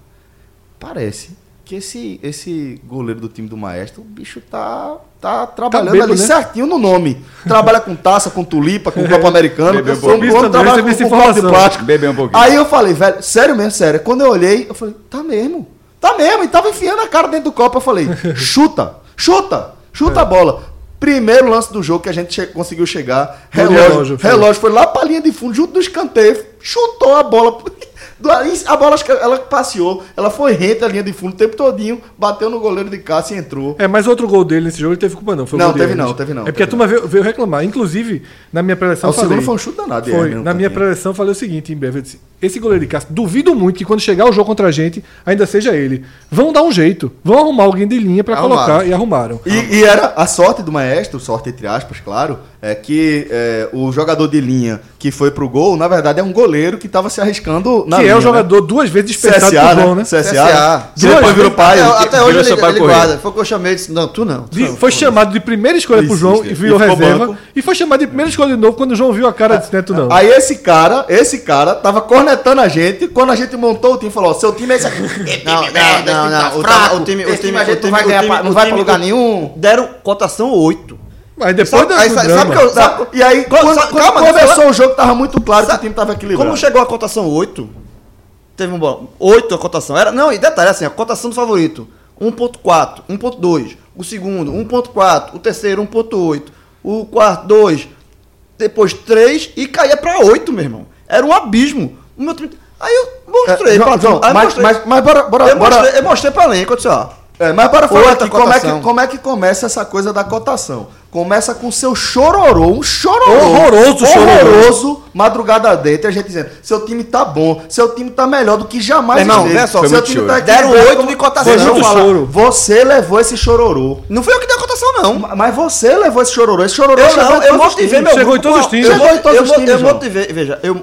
B: parece que esse, esse goleiro do time do Maestro, o bicho tá, tá trabalhando
C: bêbado,
B: ali
C: né?
B: certinho no nome. Trabalha com taça, com tulipa, com
C: [laughs]
B: copo americano.
E: Bebeu um
B: Foi
E: pouquinho.
B: um homem que trabalha com, com
C: Recebi tá essa
B: copo de
C: informação.
B: plástico.
E: Bebeu um pouquinho.
B: Aí eu falei, velho, sério mesmo, sério. Quando eu olhei, eu falei, tá mesmo, tá mesmo. E tava enfiando a cara dentro do copo. Eu falei, chuta, chuta, chuta a bola. Primeiro lance do jogo que a gente che- conseguiu chegar,
C: Gol de
B: relógio, relógio,
C: relógio, foi.
B: foi lá pra linha de fundo, junto do escanteio, chutou a bola. [laughs] Do- aí A bola, acho que ela passeou, ela foi rente a linha de fundo o tempo todinho, bateu no goleiro de Cássio e entrou.
C: É, mas outro gol dele nesse jogo ele teve culpa, não. Foi o
B: Não,
C: gol de
B: teve
C: Hermes.
B: não, teve não,
C: É porque a
B: teve
C: turma veio, veio reclamar. Inclusive, na minha
B: Ah, o
C: preleção. eu falei-
B: segundo foi um chute danado de
C: Foi.
B: Hermes, não
C: na
B: tá
C: minha
B: aqui.
C: preleção, eu falei o seguinte em breve. eu disse, Esse goleiro de Cássio, duvido muito que quando chegar o jogo contra a gente, ainda seja ele. Vão dar um jeito. Vão arrumar alguém de linha pra
B: Arrumaram.
C: colocar e arrumaram.
B: E, e era a sorte do maestro, sorte entre aspas, claro, é que é, o jogador de linha que foi pro gol, na verdade, é um goleiro que tava se arriscando na
C: que
B: linha.
C: é o
B: né?
C: jogador duas vezes dispensado
B: CSA,
C: do gol,
B: né?
C: né?
B: CSA.
D: CSA.
B: Que Depois virou pai. é,
D: até até
E: virou
D: hoje ele,
E: seu pai
D: ele
E: correr.
D: guarda. Foi o que eu chamei e disse: Não, tu não. Tu
C: Vi-
D: não.
C: foi chamado de primeira escolha pro
B: Isso,
C: João
B: isso,
C: e virou
B: e ficou
C: reserva.
B: banco.
C: E foi chamado de primeira escolha de novo quando o João viu a cara desse neto, não.
B: Aí esse cara, esse cara tava cornetando a gente, quando a gente montou o time, falou, ó, seu time é esse aqui. [laughs]
D: Não, não, não, não. O
B: tá fraco.
D: time- O time, o
B: Esse
D: time,
B: time a
D: o
B: gente não
D: time,
B: vai
D: o
B: ganhar
D: time-
B: pra- não
D: o
B: vai
D: time-
B: pra lugar nenhum.
D: Deram cotação 8.
C: Mas depois
D: Sabe-
C: da.
D: aí
C: do
D: sabe-
C: drama.
D: sabe que eu-
B: Tá, E aí,
D: Quando-
B: quando,
D: sabe-
B: quando
D: calma,
B: começou
D: sabe-
B: o jogo, tava muito claro que
D: Sabe-
B: o time tava equilibrado.
D: Como chegou a cotação 8, teve um bom. 8 a cotação. Era, não, e detalhe assim, a cotação do favorito, 1.4, 1.2, o segundo, 1.4, o terceiro, 1.8, o quarto, 2, depois 3 e caía pra 8, meu irmão. Era um abismo. O meu time- Aí eu mostrei
B: É, João,
D: pra
B: João,
D: aí eu
B: mas-
D: mostrei.
B: mas- mas bora- bora-
D: eu,
B: bora-
D: mostrei, eu mostrei pra elenco, eu disse, ó.
B: É, mas para falar
D: Outra
B: aqui, como é, que,
D: cotação.
B: como é que começa essa coisa da cotação? Começa com seu chororô, um chororô.
C: Horroroso chororô.
B: Horroroso, madrugada dentro, e a gente dizendo, seu time tá bom, seu time tá melhor do que jamais
D: Irmão,
B: esteve.
D: vê
B: seu
D: só,
E: foi muito
B: time
E: choro.
B: tá
D: Deram
B: equilibrado,
D: oito
B: como-
D: de cotação.
B: Deixa eu
C: Muito
B: falar,
C: choro.
B: Você levou esse chororô.
D: Não foi eu que dei a cotação, não.
B: Ma- Mas você levou esse chororô. tá Esse chororô
D: Eu é
B: chegou
D: não,
B: em
D: eu
B: todos os
D: motivei
B: times.
D: meu
C: Chegou em
D: grupo
C: todos os
D: com-
C: times.
D: Eu,
B: Chegou em todos
D: eu
B: os
D: mo-
B: times,
D: eu
B: João.
D: motivei, veja, eu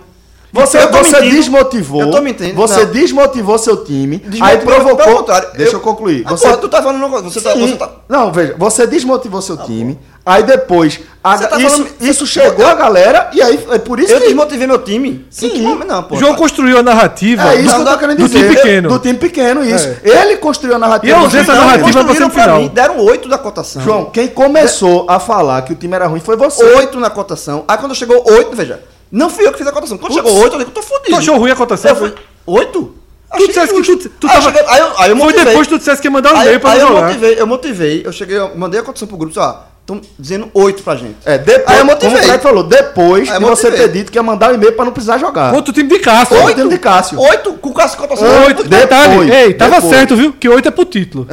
B: Você,
D: Eu tô
B: você
D: mentindo.
B: desmotivou.
D: Eu tô mentindo,
B: Você
D: não.
B: desmotivou seu time. aí
D: Desmotivou,
B: provocou.
D: pelo contrário,
B: Deixa eu,
D: eu-
B: concluir.
D: Ah,
B: Você-
D: porra, tu tá falando uma coisa. Você tá,
B: Sim.
D: você tá-
B: Não, veja, você desmotivou seu time. Aí depois. a-
D: Você tá
B: isso
D: falando-
B: isso chegou a galera. E aí é por isso
D: Eu
B: que.
D: desmotivei meu time? Sim. Não, pô. tá.
C: João construiu a narrativa
B: tá. É isso
C: da-
B: que eu tô querendo
C: do
B: dizer.
C: time pequeno.
B: Do time pequeno, isso.
C: É.
B: Ele construiu a narrativa.
C: E a ausência
B: Não,
C: da narrativa pra
D: construíram pra
C: semifinal.
D: mim, deram oito da cotação.
B: João, quem começou a falar que o time era ruim foi você.
D: oito na cotação. Aí quando chegou oito, veja, não fui eu que fiz a cotação. Quando chegou oito, eu digo, tô fudido.
C: Tu achou ruim a cotação?
D: Eu fui, oito?
C: Tu disseste que tu, tu
D: aí,
C: tava-
D: eu cheguei- aí eu,
B: é
D: aí eu
C: Foi
D: motivei.
C: depois que tu dissesse que ia mandar um
D: aí,
C: e-mail pra
D: aí eu
C: resolver.
D: motivei, eu motivei, eu cheguei, eu mandei a cotação pro grupo, só, estão dizendo oito pra gente.
B: É, depois.
D: Aí eu
B: como
D: motivei.
B: o Fred falou, depois
D: Aí eu
B: de você
D: motivei.
B: ter dito que ia mandar o e-mail pra não precisar jogar.
C: Contra o time de Cássio.
B: Oito. time de Cássio.
D: Oito com Cássio cotação.
C: Oito.
B: Depois,
C: Detalhe. Ei, tava
B: depois.
C: certo, viu? Que oito é pro título.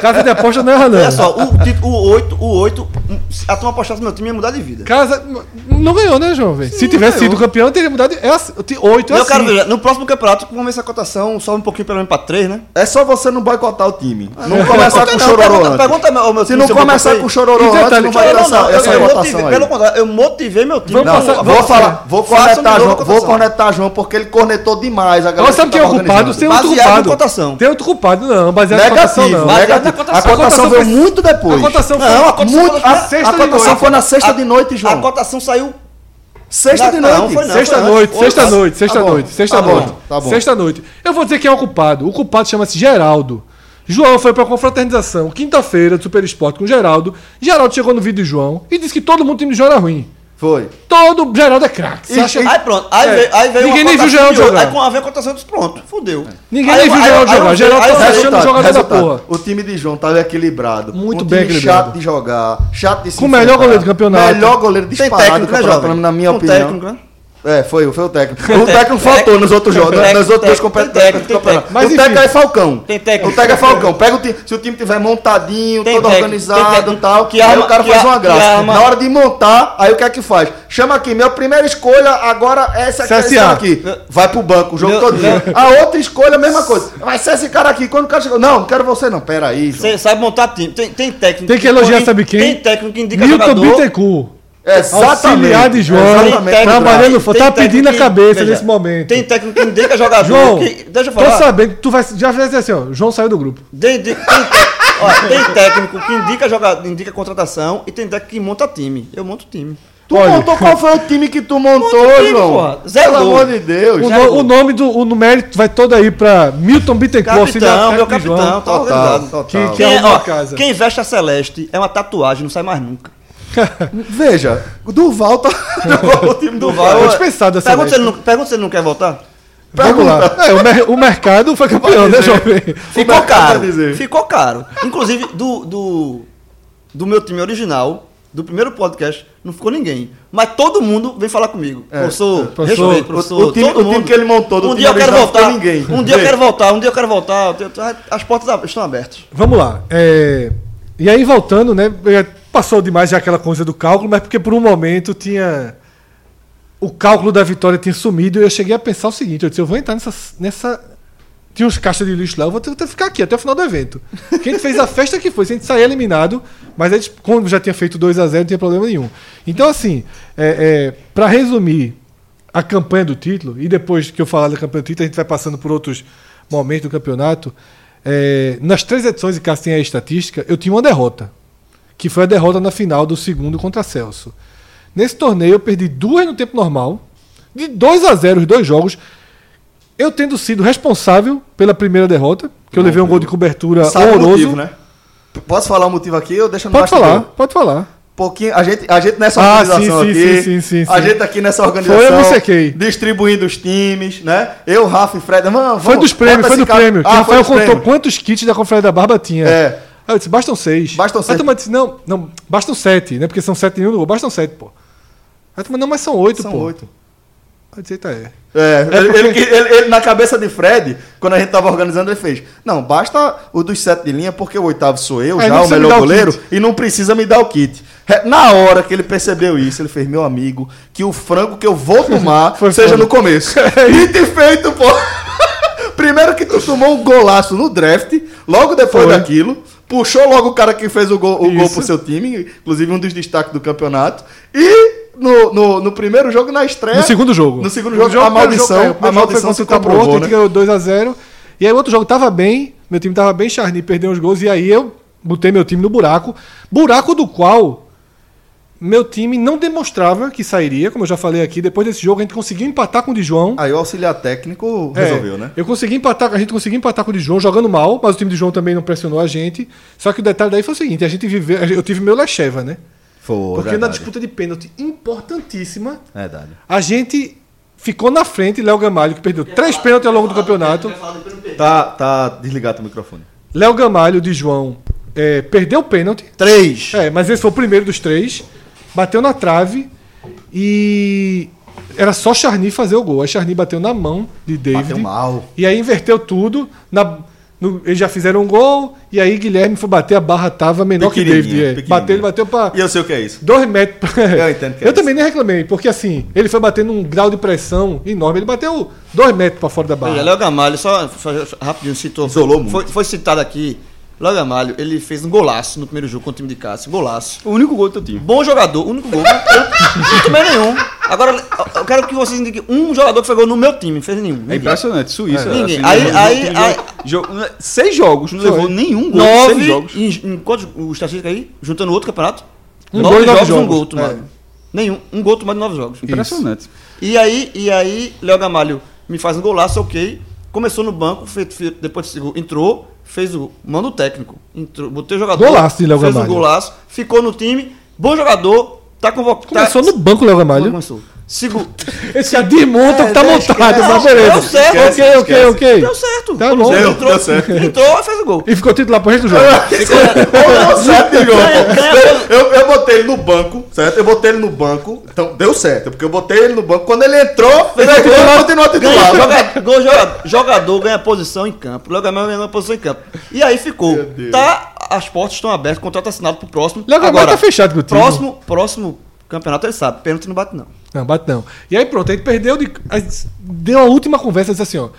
C: Casa de aposta não é erra, não.
D: Olha só, o, tit- o oito, o oito, a turma apostasse no meu time ia mudar de vida.
C: Casa. Não ganhou, né, João? velho? Se tivesse sido campeão, teria mudado. de- É assim, oito é
D: Eu
C: assim.
D: quero ver, no próximo campeonato, como essa cotação sobe um pouquinho pelo menos pra três, né?
B: É só você não boicotar o time. Não
D: Não
B: começar com
D: É. não,
B: o chororô
D: pergunta-
B: antes.
D: Pergunta ao meu
B: Se não começar com o chororô
C: E
B: antes,
C: detalhe,
B: não vai
D: Não,
B: dar
D: não,
B: essa,
D: não, eu,
B: essa
D: eu
B: votação
D: motivei,
B: aí.
D: pelo contrário, eu motivei meu time.
C: Vamos
B: Não,
C: passar-
B: vou
C: vamos-
B: falar, vou
D: Faça um
B: cornetar
D: de novo
B: João,
D: a
B: vou
D: cotação.
B: cornetar João, porque ele cornetou demais a galera.
C: Agora sabe quem é
B: tá
C: o culpado? Tem outro
D: Baseado em
C: culpado.
D: cotação.
C: Tem outro culpado, não. Baseado em cotação,
B: Negativo,
C: não.
D: Baseado na
B: negativo. A
D: cotação.
C: A cotação
B: cotação veio
C: foi-
B: muito depois.
C: A cotação foi-
B: Não,
C: a
D: cotação
B: muito-
D: foi na
B: a-
C: sexta
B: a
C: de
B: cotação
C: noite.
B: foi na sexta de noite,
D: A
B: João.
D: cotação saiu
B: Sexta de
D: Não, não,
B: noite.
D: foi não.
C: Sexta
D: foi
C: noite,
D: antes.
C: sexta
D: Tá bom,
C: noite, sexta
B: tá bom,
C: noite, sexta
B: tá bom,
C: noite.
B: tá bom.
C: Sexta noite. Eu vou dizer quem é o culpado. O culpado chama-se Geraldo. João foi pra confraternização, quinta-feira, do Super Esporte com Geraldo. Geraldo chegou no vídeo de João e disse que todo mundo do time de João era ruim.
B: Foi.
C: Todo Geraldo é craque. Você
B: E-
C: acha-
B: e-
D: Aí pronto, aí
C: É.
D: veio, aí veio
C: Ninguém
D: uma
C: nem viu o
D: cotação
C: Geraldo
D: de ouro.
C: jogar.
D: Aí com a veio a cotação, eu disse, pronto, fudeu.
C: Ninguém
D: Aí
C: nem viu
D: eu-
C: o
D: aí eu-
C: Geraldo
D: aí eu-
C: jogar.
D: aí
C: Geraldo
D: eu-
C: tá
D: aí eu-
C: achando
B: Resultado,
C: jogador da
B: resultado.
C: porra.
B: O time de João tava equilibrado. um
C: Muito bem
B: time
C: equilibrado.
B: chato de jogar, chato de se
C: Com o melhor
B: enfrentar.
C: goleiro do campeonato.
B: Melhor goleiro
D: Tem
B: disparado
D: técnico,
B: do
D: né,
B: campeonato,
D: jovem?
B: na minha
D: Tem
B: opinião.
D: técnico, né?
B: É, foi, foi o técnico. O técnico faltou
D: técnico,
B: nos outros jogos,
D: técnico,
B: nas outras duas
D: técnico,
B: competições.
D: técnico, tem técnico.
B: O
C: Mas
B: técnico
C: enfim.
B: é Falcão.
D: Tem técnico.
B: O técnico é Falcão. Pega o time, se o time tiver montadinho,
D: Tem
B: todo
D: técnico, tem
B: organizado e
D: técnico.
B: tal,
D: Que
B: aí
D: arma-
B: o cara
D: que
B: faz
D: a-
B: uma
D: que
B: graça.
D: arma-
B: Na hora de montar, aí o que é que faz? Chama aqui, minha primeira escolha agora é essa
C: CSA.
B: essa aqui. Vai pro banco o jogo
D: Meu-
B: todo.
D: meu-
B: A outra escolha, a mesma coisa. Vai ser esse cara aqui. Quando o cara chegou, não, não quero você não. Pera aí, João.
D: Você sabe montar time. Tem, tem técnico.
C: Tem que elogiar,
D: põe-
C: sabe quem?
D: Tem técnico que indica
C: Milton
D: jogador.
C: Bittencourt.
B: Exatamente.
C: Auxiliar de João.
B: Exatamente.
D: técnico-
C: Trabalhando fora,
D: tem
C: tá pedindo
D: técnico
C: a cabeça
D: veja,
C: nesse momento.
D: Tem técnico que indica jogador.
C: João,
D: que- deixa eu
C: tô
D: falar.
C: sabendo que tu vai. Já fizesse assim, ó. João saiu do grupo.
D: Tem, tem- tem tec- ó, tem técnico que indica jogador, indica contratação e tem técnico que monta time. Eu monto time.
B: Tu
C: Olha.
B: montou qual foi o time que tu montou,
D: Monta o time,
B: João?
D: pô. Zero
B: Pelo
D: gol.
B: amor de Deus.
C: O,
D: Já é
C: no-
D: jogou.
C: o nome do o numérico vai todo aí pra Milton Bittencourt,
D: Capitão,
C: auxiliar técnico
D: meu
C: de
D: capitão, tá
B: Total,
D: organizado.
B: total.
C: Que- que-
D: Quem, é-
C: arruma
D: ó,
C: a casa.
D: quem veste a Celeste é uma tatuagem, não sai mais
C: [laughs]
D: nunca.
B: Veja, o Duval tá jogou o time do
D: Duval,
C: Foi
D: eu-
C: Tá dispensado da
D: pergunta
C: Celeste.
D: se, ele não, pergunta se ele não quer voltar.
C: Vamos lá. É, o, mer- o mercado foi campeão, né, jovem?
D: Ficou
B: mercado
D: caro.
B: vai dizer.
D: Ficou caro. Inclusive, do, do, do meu time original, do primeiro podcast, não ficou ninguém. Mas todo mundo vem falar comigo. professor,
C: professor,
D: respeito, professor.
B: É, o- o time-
D: todo
B: o time
D: mundo.
B: que ele montou do
D: um
B: time
D: dia eu quero
B: original não
D: voltar.
B: ficou ninguém.
D: Um dia eu
B: Vê.
D: quero voltar, um dia eu quero voltar. eu tenho- As portas ab- estão abertas.
C: Vamos lá. é, E aí, voltando, né? é, Passou demais já aquela coisa do cálculo, mas porque por um momento tinha. O cálculo da vitória tinha sumido e eu cheguei a pensar o seguinte: eu disse, eu vou entrar nessa. nessa... Tinha uns caixas de lixo lá, eu vou ter vou ter que ficar aqui até o final do evento. Porque a gente fez a festa que foi, se a gente sair eliminado, mas a gente, como já tinha feito 2 a 0 não tinha problema nenhum. Então, assim, é, é, para resumir a campanha do título, e depois que eu falar da campanha do título, a gente vai passando por outros momentos do campeonato. É, nas três edições, e caso tenha a estatística, eu tinha uma derrota, que foi a derrota na final do segundo contra Celso. Nesse torneio, eu perdi duas no tempo normal, de 2 a 0 os dois jogos. Eu tendo sido responsável pela primeira derrota, que eu levei um gol de cobertura
B: Sabe o
C: horroroso.
E: um
B: motivo, né? Posso falar o motivo aqui ou deixa no
C: Pode
B: bastidor?
C: falar, pode falar.
B: Tá Pouquinho, a gente, a gente nessa
C: Ah,
B: organização
C: sim, sim,
B: aqui,
C: sim, sim, sim,
B: a
C: sim.
B: gente aqui nessa
C: Foi, eu me
B: organização,
C: sequei.
B: distribuindo os times, né? Eu, Rafa e Fred, mano,
C: Foi
B: vamos,
C: dos prêmios,
B: bota
C: foi
B: esse
C: do
B: cara-
C: prêmio. que
B: Ah, foi
C: Rafael
B: dos
C: contou
B: prêmio.
C: quantos kits da Confraria da Barba tinha.
B: É.
C: Aí eu disse, bastam seis.
B: Bastam
C: Aí
B: seis.
C: a turma disse, não, não, bastam sete, né? Porque são sete em um, gol, bastam sete, pô. Aí a turma, não, mas são oito,
B: São
C: pô.
B: oito.
C: Aí eu disse, eita, é.
B: É, ele,
C: porque-
B: ele que- ele- ele- na cabeça de Fred, quando a gente tava organizando, ele fez: Não, basta o dos sete de linha, porque o oitavo sou eu,
C: Aí
B: já
C: É, não
B: o
C: precisa me
B: melhor
C: dar o
B: goleiro,
C: kit.
B: e não precisa me dar o kit. Re- Na hora que ele percebeu isso, ele fez: Meu amigo, que o frango que eu vou tomar
C: [laughs] Foi É
B: seja
C: frango.
B: no
C: [laughs]
B: começo. Kit feito, pô! [laughs] Primeiro que tu tomou um golaço no draft, logo depois
C: Foi.
B: daquilo. Puxou logo o cara que fez o gol, o gol
C: Isso.
B: pro seu time, inclusive um dos destaques do campeonato. E no, no, no primeiro jogo, na estreia.
C: É. No segundo jogo.
B: É. No segundo jogo, a maldição.
C: é,
B: a maldição se
C: o
B: comprovou,
C: outro,
B: né?
C: ganhou 2x0. E aí o outro jogo tava bem, meu time tava bem, Charny perdeu uns gols, e aí eu botei meu time no buraco. Buraco do qual meu time não demonstrava que sairia, como eu já falei aqui. Depois desse jogo, a gente conseguiu empatar com o Dijon.
B: né? Aí o auxiliar técnico
C: É,
B: resolveu, né?
C: Eu consegui empatar, a gente conseguiu empatar com o Dijon jogando mal, mas o time de João também não pressionou a gente. Só que o detalhe daí foi o seguinte: a gente viveu, eu tive meu Lecheva, né?
B: Foi.
C: Porque na
B: verdade. É
C: disputa de pênalti importantíssima,
B: Verdade.
C: a gente ficou na frente, Léo Gamalho, que perdeu três pênaltis ao longo do campeonato.
B: Tá, tá desligado o [laughs] microfone.
C: Léo Gamalho, de João, é, perdeu o pênalti.
D: Três.
C: É, mas esse foi o primeiro dos três. Bateu na trave e era só Charny fazer o gol. Aí Charny bateu na mão de David.
B: Bateu mal.
C: E aí inverteu tudo. Na- no- eles já fizeram um gol. E aí Guilherme foi bater, a barra tava menor que
B: Pequenininha,
C: David. É.
B: pequenininha.
C: Bateu, ele bateu pra.
B: E eu sei o que é isso.
C: Dois metros.
B: Eu entendo que é
C: Eu
B: isso.
C: também nem reclamei, porque assim, ele foi batendo um grau de pressão enorme. Ele bateu dois metros pra fora da
D: Veja,
C: barra.
D: Léo Gamalho, só só- só rapidinho citou.
B: Tá. Isolou muito.
D: Foi, foi citado aqui. Léo Gamalho, ele fez um golaço no primeiro jogo com o time de Cássio. Golaço.
E: O único gol do teu time.
D: Bom jogador, único gol. mas Eu [laughs] não tomei nenhum. Agora, eu- eu quero que vocês indiquem um jogador que foi gol no meu time. Fez nenhum.
E: É
D: Ninguém.
E: impressionante. Suíça.
D: Ninguém.
E: não
D: Aí-
E: levou
D: aí-
E: nenhum
D: aí-
E: É, assim, jogo- jogo- seis jogos, não levou nenhum gol. em Seis
D: Nove
E: jogos.
D: Em, em quantos o estatística aí? Juntando outro campeonato?
C: Um gol em nove
D: um
C: jogos.
D: gol
E: É.
D: tomado. Nenhum, um gol tomado em nove jogos.
E: Impressionante.
D: E aí, e aí, Léo Gamalho me faz um golaço, ok. Começou no banco, fe- fe- depois desse gol, entrou, fez o. Manda o técnico. Entrou, botei o jogador.
C: Golaço de Léo
D: fez
C: Gamalho.
D: o golaço, ficou no time, bom jogador, tá convocado.
C: Começou no banco, Léo
D: Como
C: Gamalho.
D: Começou. Segu...
C: Esse cara desmonta
B: É,
C: que tá
B: deu-
C: montado,
B: esquece,
C: mas beleza.
D: deu certo,
C: ok, ok,
B: esquece.
C: ok.
D: Deu certo.
C: Tá bom.
B: Deu,
D: entrou,
B: deu certo.
D: entrou, fez o gol.
C: E ficou título lá pro resto do
B: [laughs]
C: jogo.
B: Deu certo, Diogo.
D: Ganha- ganha-
B: Eu, eu botei ele no banco, certo? Eu botei ele no banco. Então, deu certo, porque eu botei ele no banco. Quando ele entrou, ele entrou, continuou
D: Ganha
B: titular.
D: joga- gol, joga- jogador ganha posição em campo. é Léo Gamalho ganha posição em campo. E aí ficou.
B: Deus.
D: Tá, as portas estão abertas, contrato assinado pro próximo.
C: Léo Gamalho tá fechado com o time.
D: Próximo, próximo campeonato, ele sabe. Pênalti não bate, não.
C: Não, bate não. E aí pronto, a gente perdeu de. a gente Deu a última conversa disse assim, ó.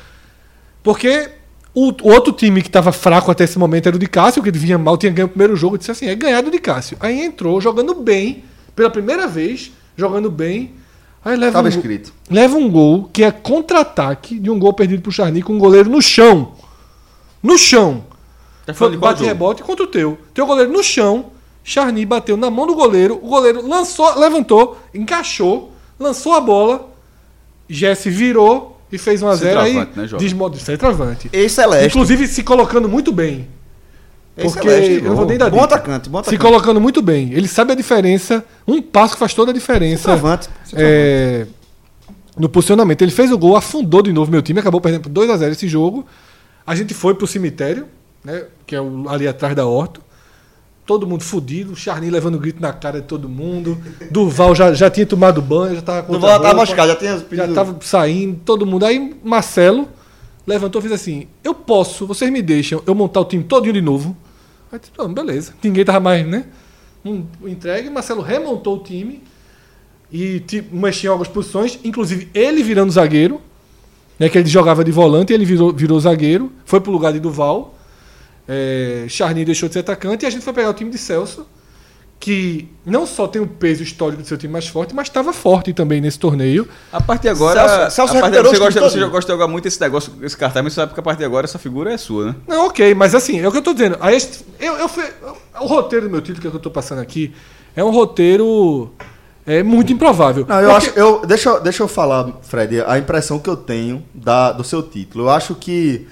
C: Porque o, o outro time que tava fraco até esse momento era o de Cássio, que vinha mal, tinha ganho o primeiro jogo, disse assim, é ganhado de Cássio. Aí entrou jogando bem, pela primeira vez, jogando bem. Aí leva
B: Tava
C: um, gol-
B: escrito.
C: Leva um gol que é contra-ataque de um gol perdido pro Charny com um goleiro no chão. No chão. Foi
E: É falando de qual
C: bate
E: jogo?
C: rebote contra o teu. Teu goleiro no chão, Charny bateu na mão do goleiro, o goleiro lançou, levantou, encaixou, lançou a bola, Jesse virou e fez 1 a 0 aí.
E: Centroavante, né, É jovem?
C: desmodo centroavante.
D: Ex-Celeste.
C: Inclusive se colocando muito bem.
E: é
C: Porque eu não vou nem dar
D: Bom
C: dica.
D: atacante, bom
C: Se
D: atacante.
C: colocando muito bem. Ele sabe a diferença, um passo que faz toda a diferença.
D: Centroavante,
C: É, no posicionamento. Ele fez o gol, afundou de novo meu time, acabou perdendo por 2 a 0 esse jogo. A gente foi pro cemitério, né, que é o- ali atrás da Horto. Todo mundo fudido, o Charny levando grito na cara de todo mundo. Durval já, já tinha tomado banho, já tava com
D: Duval
C: outra
D: tava
C: roupa.
D: machucado, já tinha
C: Já
D: pedido-
C: tava saindo, todo mundo. Aí Marcelo levantou e fez assim: Eu posso, vocês me deixam eu montar o time todinho de novo. Aí disse, "Não, beleza. Ninguém tava mais, né? Um, entregue, Marcelo remontou o time e tipo, mexia em algumas posições, inclusive ele virando zagueiro, né? Que ele jogava de volante, ele virou, virou zagueiro, foi pro lugar de Duval. É, Charny deixou de ser atacante e a gente foi pegar o time de Celso, que não só tem o peso histórico do seu time mais forte, mas estava forte também nesse torneio.
E: A partir de agora.
D: Celso- Celso
E: a partir de
D: recuperou
E: agora, você,
D: os
E: gosta,
D: títulos
E: você
D: todos.
E: gosta de jogar muito esse negócio, esse cartaz, mas você sabe que a partir de agora essa figura é sua, né?
C: Não, ok, mas assim, é o que eu tô dizendo. Aí a gente- eu, eu fui, eu- o roteiro do meu título que, é que eu tô passando aqui é um roteiro é, muito improvável.
B: Não, eu
C: Porque-
B: acho. Eu, deixa, eu- deixa eu falar, Fred, a impressão que eu tenho da, do seu título. Eu acho que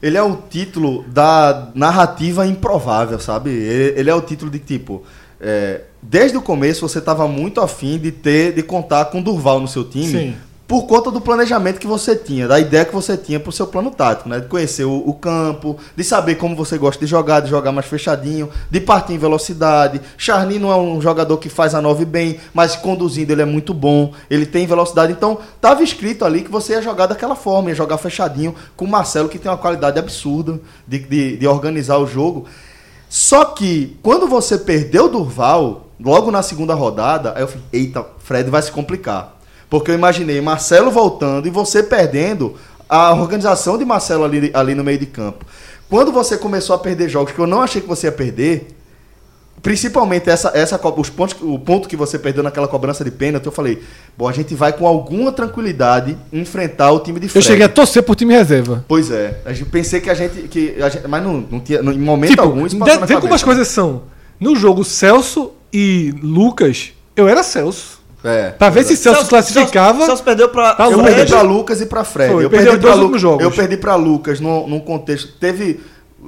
B: ele é o título da narrativa improvável, sabe? Ele, ele é o título de tipo. é, desde o começo você estava muito afim de ter, de contar com Durval no seu time.
C: Sim.
B: Por conta do planejamento que você tinha, da ideia que você tinha pro seu plano tático, né? De conhecer o, o campo, de saber como você gosta de jogar, de jogar mais fechadinho, de partir em velocidade. Charny não é um jogador que faz a 9 bem, mas conduzindo ele é muito bom, ele tem velocidade. Então, tava escrito ali que você ia jogar daquela forma, ia jogar fechadinho, com o Marcelo, que tem uma qualidade absurda de- de, de organizar o jogo. Só que quando você perdeu o Durval, logo na segunda rodada, aí eu falei, eita, Fred vai se complicar. Porque eu imaginei Marcelo voltando e você perdendo a organização de Marcelo ali, ali no meio de campo. Quando você começou a perder jogos que eu não achei que você ia perder, Principalmente essa, essa co- os pontos, o ponto que você perdeu naquela cobrança de pênalti, eu falei, bom, a gente vai com alguma tranquilidade enfrentar o time de
C: Eu
B: Fred.
C: cheguei a torcer por time reserva.
B: Pois é, a gente pensei que a gente, que a gente- mas não, não tinha, não- em momento
C: Tipo,
B: algum isso
C: de-
B: passou na
C: vê como as
B: cabeça.
C: coisas são. No jogo Celso e Lucas, eu era Celso.
B: É.
C: Pra ver se Celso, classificava.
D: Celso, Celso perdeu pra.
C: Tá
B: Eu
C: Lucas.
B: perdi pra Lucas e pra Fred.
C: Foi,
B: eu
C: perdeu
B: perdi
C: dois
B: pra Lu-
C: últimos jogos.
B: Eu perdi pra Lucas num, num contexto. Teve.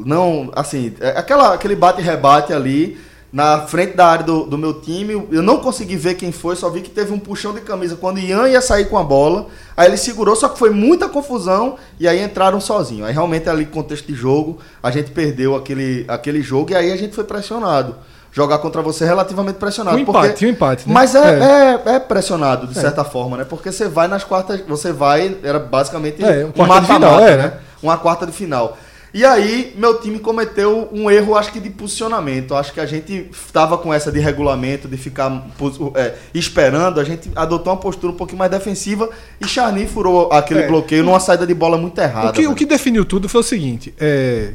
B: Não, assim, é, aquela, aquele bate-rebate ali na frente da área do, do meu time. Eu não consegui ver quem foi, só vi que teve um puxão de camisa quando Ian ia sair com a bola. Aí ele segurou, só que foi muita confusão e aí entraram sozinho. Aí realmente é ali contexto de jogo, a gente perdeu aquele, aquele jogo e aí a gente foi pressionado. Jogar contra você é relativamente pressionado.
C: Um
B: porque-
C: empate, um empate, né?
B: Mas é-
C: É.
B: é é, é pressionado, de certa forma, né? Porque você vai nas quartas. Você vai. Era basicamente
C: É, um
B: um
C: quarta de
B: mata-mata,
C: final, é, né?
B: né? Uma quarta de final. E aí, meu time cometeu um erro, acho que de posicionamento. Acho que a gente estava com essa de regulamento, de ficar pos- é, esperando. A gente adotou uma postura um pouquinho mais defensiva e Charny furou aquele
C: É.
B: bloqueio numa saída de bola muito errada.
C: o, que, o
B: velho.
C: que definiu tudo foi o seguinte: é,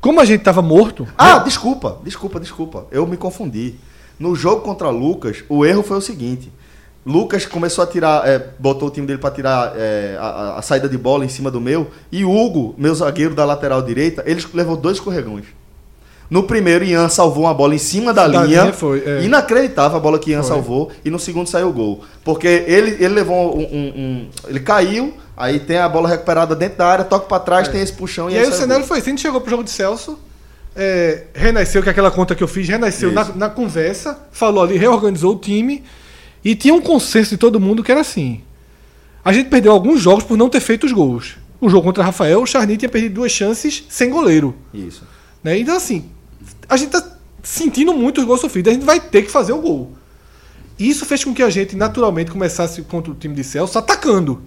C: como a gente tava morto, né?
B: Ah, desculpa, desculpa, desculpa. Eu me confundi. No jogo contra Lucas, o erro foi o seguinte. Lucas começou a tirar, é, botou o time dele para tirar é, a, a- a saída de bola em cima do meu. E Hugo, meu zagueiro da lateral direita, ele levou dois escorregões. No primeiro, Ian salvou uma bola em cima da,
C: Da
B: linha.
C: linha foi, é.
B: Inacreditável a bola que Ian
C: Foi.
B: salvou. E no segundo saiu o gol. Porque ele, ele levou um, um- um- Ele caiu, aí tem a bola recuperada dentro da área, toca para trás, tem esse puxão.
C: É. E aí o
B: sai o
C: cenário
B: gol.
C: foi esse. A gente chegou pro jogo de Celso, é, renasceu, que é aquela conta que eu fiz, renasceu na,
B: Isso.
C: na conversa, falou ali, reorganizou o time. E tinha um consenso de todo mundo que era assim. A gente perdeu alguns jogos por não ter feito os gols. O jogo contra Rafael, o Charny tinha perdido duas chances sem goleiro.
B: Isso.
C: Né? Então, assim, a gente tá sentindo muito os gols sofridos. A gente vai ter que fazer o gol. E Isso fez com que a gente, naturalmente, começasse contra o time de Celso atacando.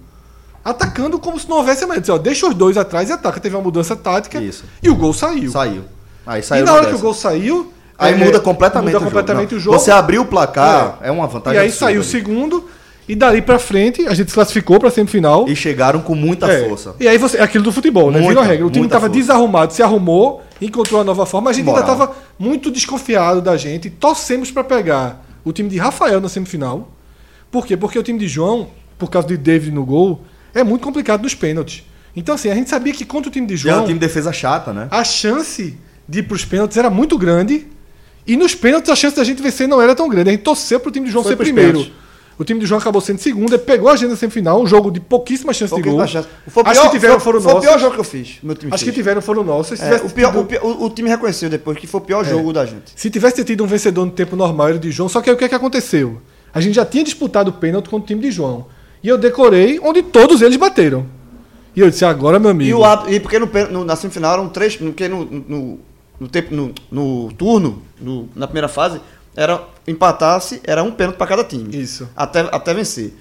C: Atacando como se não houvesse amanhã. Disse, ó, deixa os dois atrás e ataca. Teve uma mudança tática
B: Isso.
C: e o gol saiu.
B: Saiu. Aí
C: e
B: saiu
C: na hora
B: dessa.
C: que o gol saiu...
B: Aí
C: é,
B: muda completamente, o,
C: muda completamente
B: jogo.
C: o
B: Não,
C: jogo.
B: Você abriu o placar, é, uma vantagem
C: e aí
B: absurda
C: saiu o
B: ali.
C: segundo. E dali pra frente, a gente se classificou pra semifinal.
B: E chegaram com muita
C: É.
B: força.
C: E aí você. Aquilo do futebol, né?
B: Muita,
C: Virou a regra. O time
B: muita
C: tava
B: força.
C: desarrumado, se arrumou, encontrou uma nova forma. A gente ainda
B: Moral.
C: tava muito desconfiado da gente. Torcemos pra pegar o time de Rafael na semifinal. Por quê? Porque o time de João, por causa de David no gol, é muito complicado nos pênaltis. Então, assim, a gente sabia que contra o time de
B: E é um
C: João,
B: time de defesa chata, né?
C: a chance de ir pros pênaltis era muito grande. E nos pênaltis a chance da gente vencer não era tão grande. A gente torceu pro time de João
B: Foi
C: ser
B: pros
C: primeiro.
B: pênaltis.
C: O time de João acabou sendo segundo, ele pegou a gente na semifinal, um jogo de pouquíssima chance de
D: Pouquíssima
C: gol.
D: chance. Foi tá o
C: As
D: pior-
C: que tiveram
D: foi-
C: foram
D: foi o
C: nossas.
D: pior jogo que eu fiz. Meu time
C: As que
D: fez.
C: tiveram É. foram nossas. Se
D: É,
C: tivesse,
D: o, pior, o,
C: tido,
D: pior- o- o time reconheceu depois que foi o pior jogo da gente.
C: se tivesse tido um vencedor no tempo normal, era o de João. Só que aí o que, é que aconteceu? A gente já tinha disputado o pênalti contra o time de João. E eu decorei onde todos eles bateram. E eu disse, agora, meu amigo.
D: E, o, árbitro- e porque no, pên- no- na semifinal eram três. Porque no, no, no tempo, no, no turno, no- na primeira fase, era empatasse, era um pênalti pra cada time.
C: Isso.
D: Até, até vencer.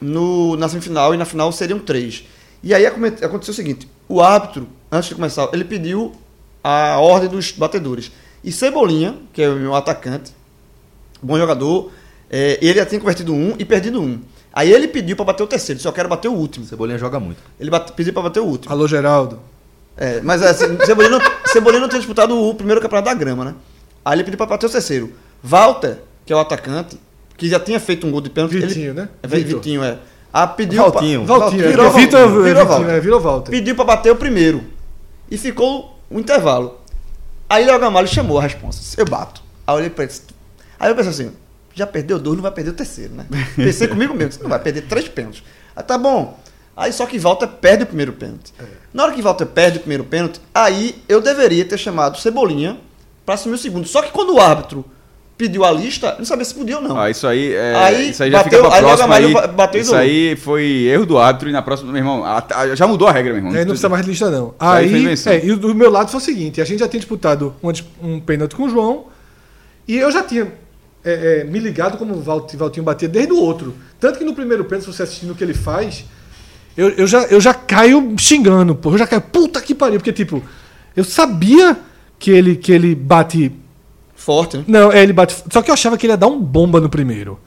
D: No, na semifinal e na final seriam três. E aí aconte- aconteceu o seguinte: o árbitro, antes de começar, ele pediu a ordem dos batedores. E Cebolinha, que é o meu atacante, bom jogador, é, ele já tinha convertido um e perdido um. Aí ele pediu pra bater o terceiro, só quero bater o último.
B: Cebolinha joga muito.
D: Ele bate- pediu pra bater o último.
C: Alô, Geraldo.
D: É, mas é, assim, Cebolinha, não, Cebolinha não tinha disputado o primeiro campeonato da grama, né? Aí ele pediu pra bater o terceiro. Walter, que é o atacante, que já tinha feito um gol de pênalti.
C: Vitinho,
D: ele,
C: né?
D: É, Vi-
C: Vitor.
D: Vitinho, é. Ah, pediu
B: Valtinho.
D: Pra,
C: Valtinho.
D: virou,
C: é,
D: Valtinho,
C: Vitor,
D: virou
C: Vitinho,
D: Valtinho.
C: é, virou Walter.
D: Pediu pra bater o primeiro. E ficou o intervalo. Aí Léo Gamalho chamou a resposta. Eu bato. Aí eu olhei pra ele. disse, Aí eu pensei assim, já perdeu dois, não vai perder o terceiro, né? Pensei comigo mesmo, disse, não vai perder três pênaltis. Aí tá bom. Aí só que Walter perde o primeiro pênalti. Na hora que Walter perde o primeiro pênalti, aí eu deveria ter chamado Cebolinha pra assumir o segundo. Só que quando o árbitro pediu a lista, eu não sabia se podia ou não.
E: Ah, isso aí, é,
D: Aí
E: isso aí já
D: bateu-
E: fica pra
D: aí Léo
E: próxima. Aí,
D: Gamalho ba- bateu e
E: isso
D: isolou.
E: aí foi erro do árbitro e na próxima, meu irmão, a- a- já mudou a regra, meu irmão.
C: Aí É, não precisa mais de lista, não.
E: Aí Tá, foi
C: Aí,
E: invenção.
C: é, e do meu lado foi o seguinte: a gente já tinha disputado um, dis- um pênalti com o João, e eu já tinha é, é, me ligado como o Valt- Valtinho batia desde o outro. Tanto que no primeiro pênalti, se você assistindo o que ele faz, eu, eu, já, eu já caio xingando, pô. Eu já caio, puta que pariu, porque, tipo, eu sabia que ele, que ele bate
D: Forte, né?
C: não, é, ele bate. Só que eu achava que ele ia dar um bomba no primeiro.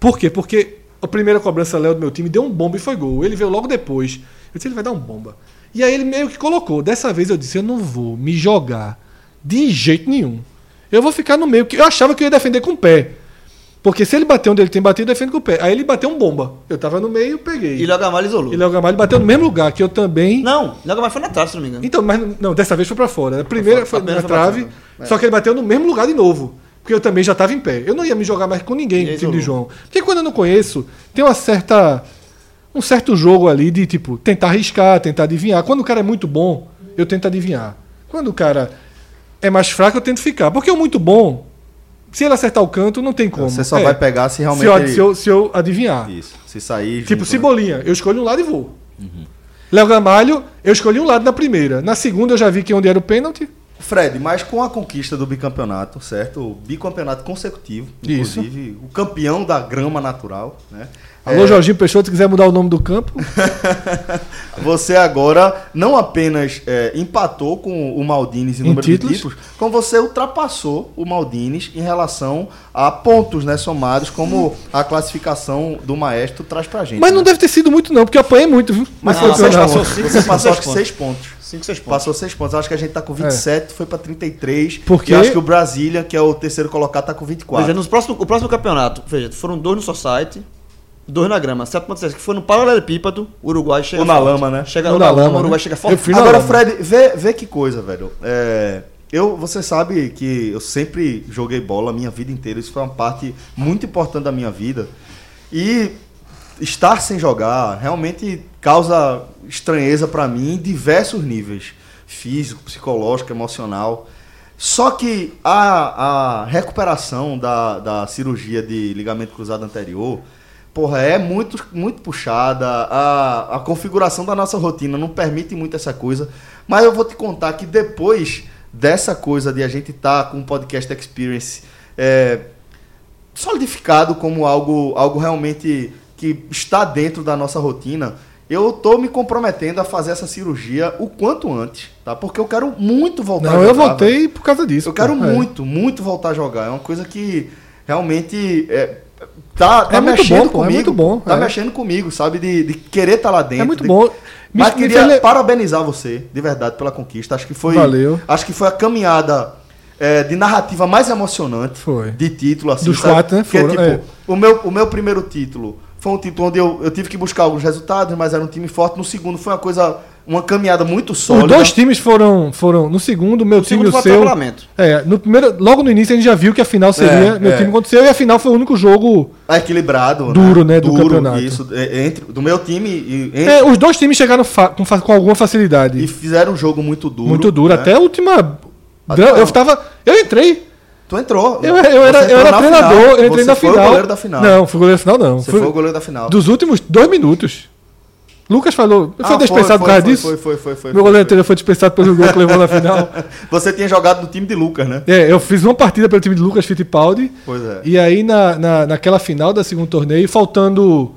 C: Por quê? Porque a primeira cobrança Léo do meu time deu um bomba e foi gol. Ele veio logo depois. Eu disse, ele vai dar um bomba. E aí ele meio que colocou. Dessa vez eu disse, eu não vou me jogar de jeito nenhum. Eu vou ficar no meio, porque eu achava que eu ia defender com o pé. Porque se ele bater onde ele tem batido, defende com o pé. Aí ele bateu um bomba. Eu tava no meio, peguei.
D: E Léo Gamalho isolou.
C: E Léo Gamalho bateu no mesmo lugar que eu também.
D: Não, Léo Gamalho foi na trave, se não me engano.
B: né?
C: Então, mas não, dessa vez foi pra fora. A primeira
D: fora,
C: foi
D: a primeira
C: na
D: foi pra
C: trave,
B: né? É.
D: fora.
C: só que ele bateu no mesmo lugar de novo. Porque eu também já tava em pé. Eu não ia me jogar mais com ninguém
D: E
C: do
D: aí
C: time de
D: jogou.
C: João. Porque quando eu não conheço, tem uma certa. um certo jogo ali de, tipo, tentar arriscar, tentar adivinhar. Quando o cara é muito bom, eu tento adivinhar. Quando o cara é mais fraco, eu tento ficar. Porque o muito bom, se ele acertar o canto, não tem como.
B: Você só
C: É.
B: vai pegar se realmente
C: Se eu,
B: ele-
C: se eu- se eu adivinhar.
B: Isso. Se sair.
C: Tipo
B: junto, né?
C: cebolinha, eu escolho um lado e vou.
B: Uhum.
C: Léo Gamalho, eu escolhi um lado na primeira. Na segunda eu já vi que onde era o pênalti.
B: Fred, mas com a conquista do bicampeonato, certo? O bicampeonato consecutivo,
C: Isso.
B: inclusive, o campeão da grama natural, né?
C: Alô,
B: É,
C: Jorginho Peixoto, se quiser mudar o nome do campo.
B: Você agora não apenas é, empatou com o Maldines em,
C: Em
B: número
C: títulos.
B: de títulos, como você ultrapassou o Maldines em relação a pontos né, somados, como a classificação do Maestro traz pra gente.
C: Mas não
B: né?
C: deve ter sido muito, não, porque eu apanhei muito, viu?
B: Mas
C: Mas
D: Não,
B: você
D: não,
B: passou,
D: não. Cinco,
B: você
D: seis
B: passou acho que
D: pontos.
B: 6 pontos.
D: 5, 6 pontos.
B: Passou 6 pontos. Acho que a gente tá com 27, foi pra 33.
C: É. Porque-
B: E acho que o Brasília, que é o terceiro colocado, tá com
D: Veja,
B: 24.
D: nos próximo, o próximo campeonato, veja, foram dois no Society, dois na grama. 7.6, que foi no paralelepípedo, o Uruguai chega.
B: Ou na
D: forte.
B: lama, né?
D: Chega
C: Ou
D: ou
C: na
D: na lama,
C: lama,
D: o Uruguai
C: né?
D: chega
C: Eu
D: forte.
C: fui na
B: Agora,
C: lama.
B: Fred, vê, vê que coisa, velho. É, eu, você sabe que eu sempre joguei bola a minha vida inteira. Isso foi uma parte muito importante da minha vida. E estar sem jogar realmente causa estranheza pra mim em diversos níveis: físico, psicológico, emocional. Só que a, a recuperação da, da cirurgia de ligamento cruzado anterior, porra, é muito, muito puxada. A, a configuração da nossa rotina não permite muito essa coisa. Mas eu vou te contar que depois dessa coisa de a gente estar com o podcast Experience é, solidificado como algo, algo realmente que está dentro da nossa rotina, eu tô me comprometendo a fazer essa cirurgia o quanto antes, tá? Porque eu quero muito voltar
C: Não, eu
B: jogar, velho.
C: voltei por causa disso.
B: Eu quero
C: pô. É.
B: muito, muito voltar a jogar. É uma coisa que realmente é, tá, tá
C: É muito
B: mexendo
C: bom, pô, é
B: comigo.
C: muito bom,
B: Tá
C: é.
B: mexendo comigo, sabe? De, de querer estar lá
C: É,
B: dentro.
C: muito
B: de-
C: bom. Me-
B: Mas
C: me
B: queria
C: fez le-
B: parabenizar você, de verdade, pela conquista. Acho que foi.
C: Valeu.
B: Acho que foi a caminhada é, de narrativa mais emocionante
C: Foi.
B: de título, assim.
C: Dos
B: sabe?
C: quatro, né?
B: Porque,
C: Foram,
B: tipo,
C: é.
B: o, meu, o meu primeiro título foi um título onde eu, eu tive que buscar alguns resultados, mas era um time forte. No segundo foi uma coisa. Uma caminhada muito
C: Os
B: sólida.
C: dois times foram, foram no segundo, meu time e
D: segundo
C: o
D: foi
C: seu.
D: atropelamento.
C: É, no primeiro, logo no início a gente já viu que a final seria
B: É,
C: meu
B: é.
C: time contra o seu e a final foi o único jogo.
B: Ah, equilibrado.
C: Duro, né, do campeonato.
B: Isso, é, entre, do meu time e, e-
C: É, os dois times chegaram fa- com, fa- com alguma facilidade.
B: e fizeram um jogo muito duro.
C: muito duro,
B: né?
C: até a última.
B: Até
C: dra-
B: não.
C: eu tava. Eu entrei.
B: Tu entrou.
C: Eu, eu era,
B: Você
C: eu
B: entrou
C: era
B: na
C: treinador,
B: final.
C: eu entrei
B: Você
C: na
B: foi
C: final.
B: o goleiro da final.
C: Não, fui goleiro da final, não.
B: Você
C: Fui-
B: foi o goleiro da final.
C: Dos últimos dois minutos. Lucas falou. Foi
B: Ah,
C: dispensado por causa
B: foi,
C: disso?
B: Foi, foi, foi, foi. foi,
C: Meu goleiro anterior foi dispensado pelo gol que levou
B: [laughs]
C: na final.
B: foi. Você tinha jogado no time de Lucas, né?
C: É, eu fiz uma partida pelo time de Lucas Fittipaldi.
B: Pois é.
C: E aí, na, na, naquela final da segundo torneio, faltando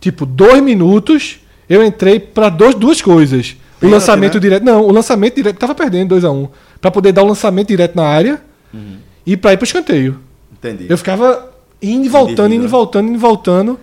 C: tipo dois minutos, eu entrei pra dois, duas coisas. o
B: Pênalti,
C: lançamento
B: né?
C: direto. Não, o lançamento direto. Tava perdendo 2x1. Um, pra poder dar o lançamento direto na área
B: Uhum.
C: e pra ir pro escanteio.
B: Entendi.
C: Eu ficava indo e voltando,
B: Entendido,
C: indo e
B: né?
C: voltando, indo e voltando.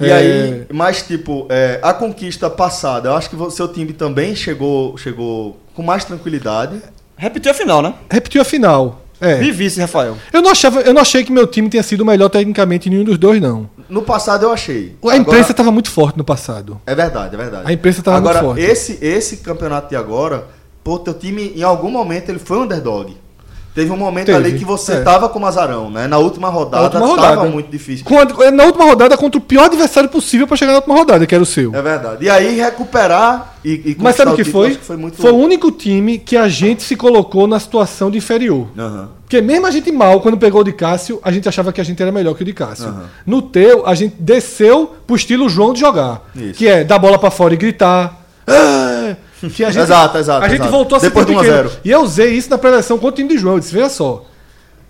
B: E
C: É,
B: aí, mas tipo, é, a conquista passada, eu acho que o seu time também chegou, chegou com mais tranquilidade.
D: Repetiu a final, né?
C: Repetiu a final. É.
D: E vice, Rafael.
C: Eu não, achava, eu não achei que meu time tenha sido o melhor tecnicamente em nenhum dos dois, não.
B: No passado eu achei.
C: A imprensa
B: Agora-
C: estava muito forte no passado.
B: É verdade, é verdade.
C: A imprensa tava
B: agora,
C: Tá muito forte.
B: Esse, esse campeonato de agora, pô, teu time, em algum momento, ele foi um underdog. Teve um momento
C: Teve,
B: ali que você
C: é.
B: tava com o Mazarão, né? Na última rodada,
C: última
B: tava
C: rodada. né?
B: muito difícil.
C: Quando- na última rodada contra o pior adversário possível para chegar na última rodada, que era o seu.
B: É verdade. E aí recuperar e, e
C: Mas
B: conquistar
C: sabe o que
B: título,
C: foi? um
B: acho foi muito.
C: o único time que a gente se colocou na situação de inferior.
B: Aham.
C: Porque mesmo a gente mal, quando pegou o de Cássio, a gente achava que a gente era melhor que o de Cássio. No teu, a gente desceu pro estilo João de jogar.
B: Isso.
C: Que é dar bola pra fora e gritar. "Ah!"
B: [laughs]
C: Que a gente,
B: Exato, exato,
C: A gente
B: exato.
C: voltou a ser
B: Depois
C: time
B: do 1 a
C: pequeno.
B: 0.
C: E eu usei isso na preleção contra o time de João. Eu disse, veja só.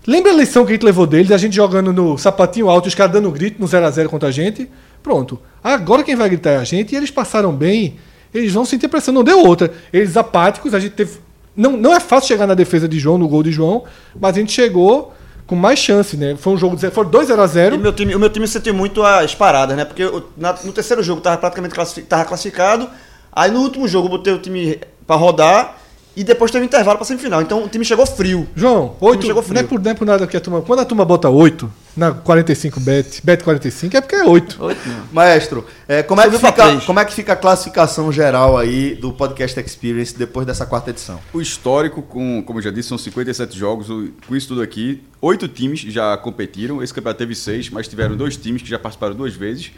C: Lembra a lição que a gente levou deles, a gente jogando no sapatinho alto, os caras dando um grito no 0x0 contra a gente? Pronto. Agora quem vai gritar é a gente e eles passaram bem, eles vão sentir pressão. Não deu outra. Eles apáticos, a gente teve. Não, não é fácil chegar na defesa de João, no gol de João, mas a gente chegou com mais chance, né? Foi um jogo de. ze- Foi 2 0 a
D: E
C: 0
D: meu time, o meu time sentiu muito as paradas, né? Porque eu- na- no terceiro jogo tava praticamente classifi- tava classificado. Aí no último jogo eu botei o time pra rodar. E depois teve intervalo pra semifinal. Então o time chegou frio.
C: João,
D: Não
C: 8
D: chegou
C: não,
D: frio.
C: é por, não é por nada que a turma. Quando a turma bota 8 na 45 bet, bet 45, é porque é 8.
B: Maestro, é, como, é que
D: Subiu pra
B: fica,
D: três.
B: como é que fica a classificação geral aí do Podcast Experience depois dessa quarta edição?
E: O histórico, com, como eu já disse, são 57 jogos. o- Com isso tudo aqui, oito times já competiram. Esse campeonato teve seis, mas tiveram dois times que já participaram duas vezes.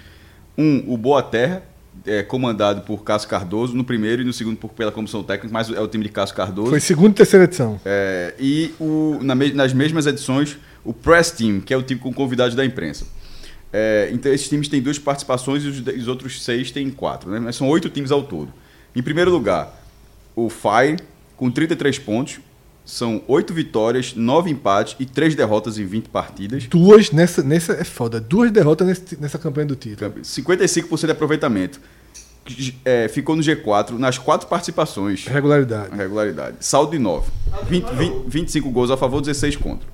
E: Um, o Boa Terra, é, comandado por Cássio Cardoso, no primeiro e no segundo por, pela comissão técnica, mas é o time de Cássio Cardoso.
C: Foi segunda e terceira edição.
E: É, e o- na me- nas mesmas edições, o Press Team, que é o time com convidados da imprensa. É, então, esses times têm duas participações e os, de- os outros seis têm quatro. Né? Mas são oito times ao todo. Em primeiro lugar, o Fire, com 33 pontos. São oito vitórias, nove empates e três derrotas em 20 partidas.
C: Duas nessa, nessa. É foda. Duas derrotas nesse- nessa campanha do título.
E: 55% de aproveitamento. É, ficou no G4 nas quatro participações.
C: Regularidade.
B: É
E: Regularidade. Saldo de 9. 20, 20, 25 gols a favor, 16 contra.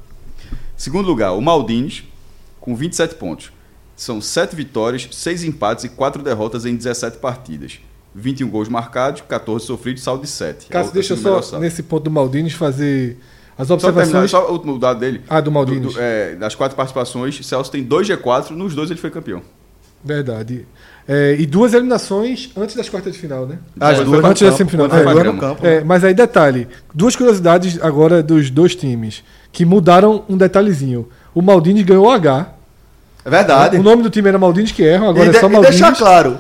E: Segundo lugar, o Maldines, com 27 pontos. São 7 vitórias, 6 empates e 4 derrotas em 17 partidas. 21 gols marcados, 14 sofridos, saldo de É 7.
C: Cássio, deixa eu só, nesse ponto do Maldines, fazer as
E: Só terminar,
C: observações.
E: só o último dado dele.
C: Ah, do Maldini.
E: é, das quatro participações, Celso tem 2 G4, nos dois ele foi campeão.
C: Verdade. É, e duas eliminações antes das quartas de final, né?
B: As
E: Foi-
B: duas
E: foi-
B: no
C: antes da
B: campo,
C: semifinal.
B: quando
C: É,
B: Ah, foi
E: agora
B: no
E: no
B: campo, né?
C: É, mas aí detalhe, duas curiosidades agora dos dois times, que mudaram um detalhezinho. O Maldini ganhou o H.
B: É verdade.
C: O nome do time era Maldini que erram, agora
B: e,
C: é só
B: de, e
C: Maldini.
B: deixar claro,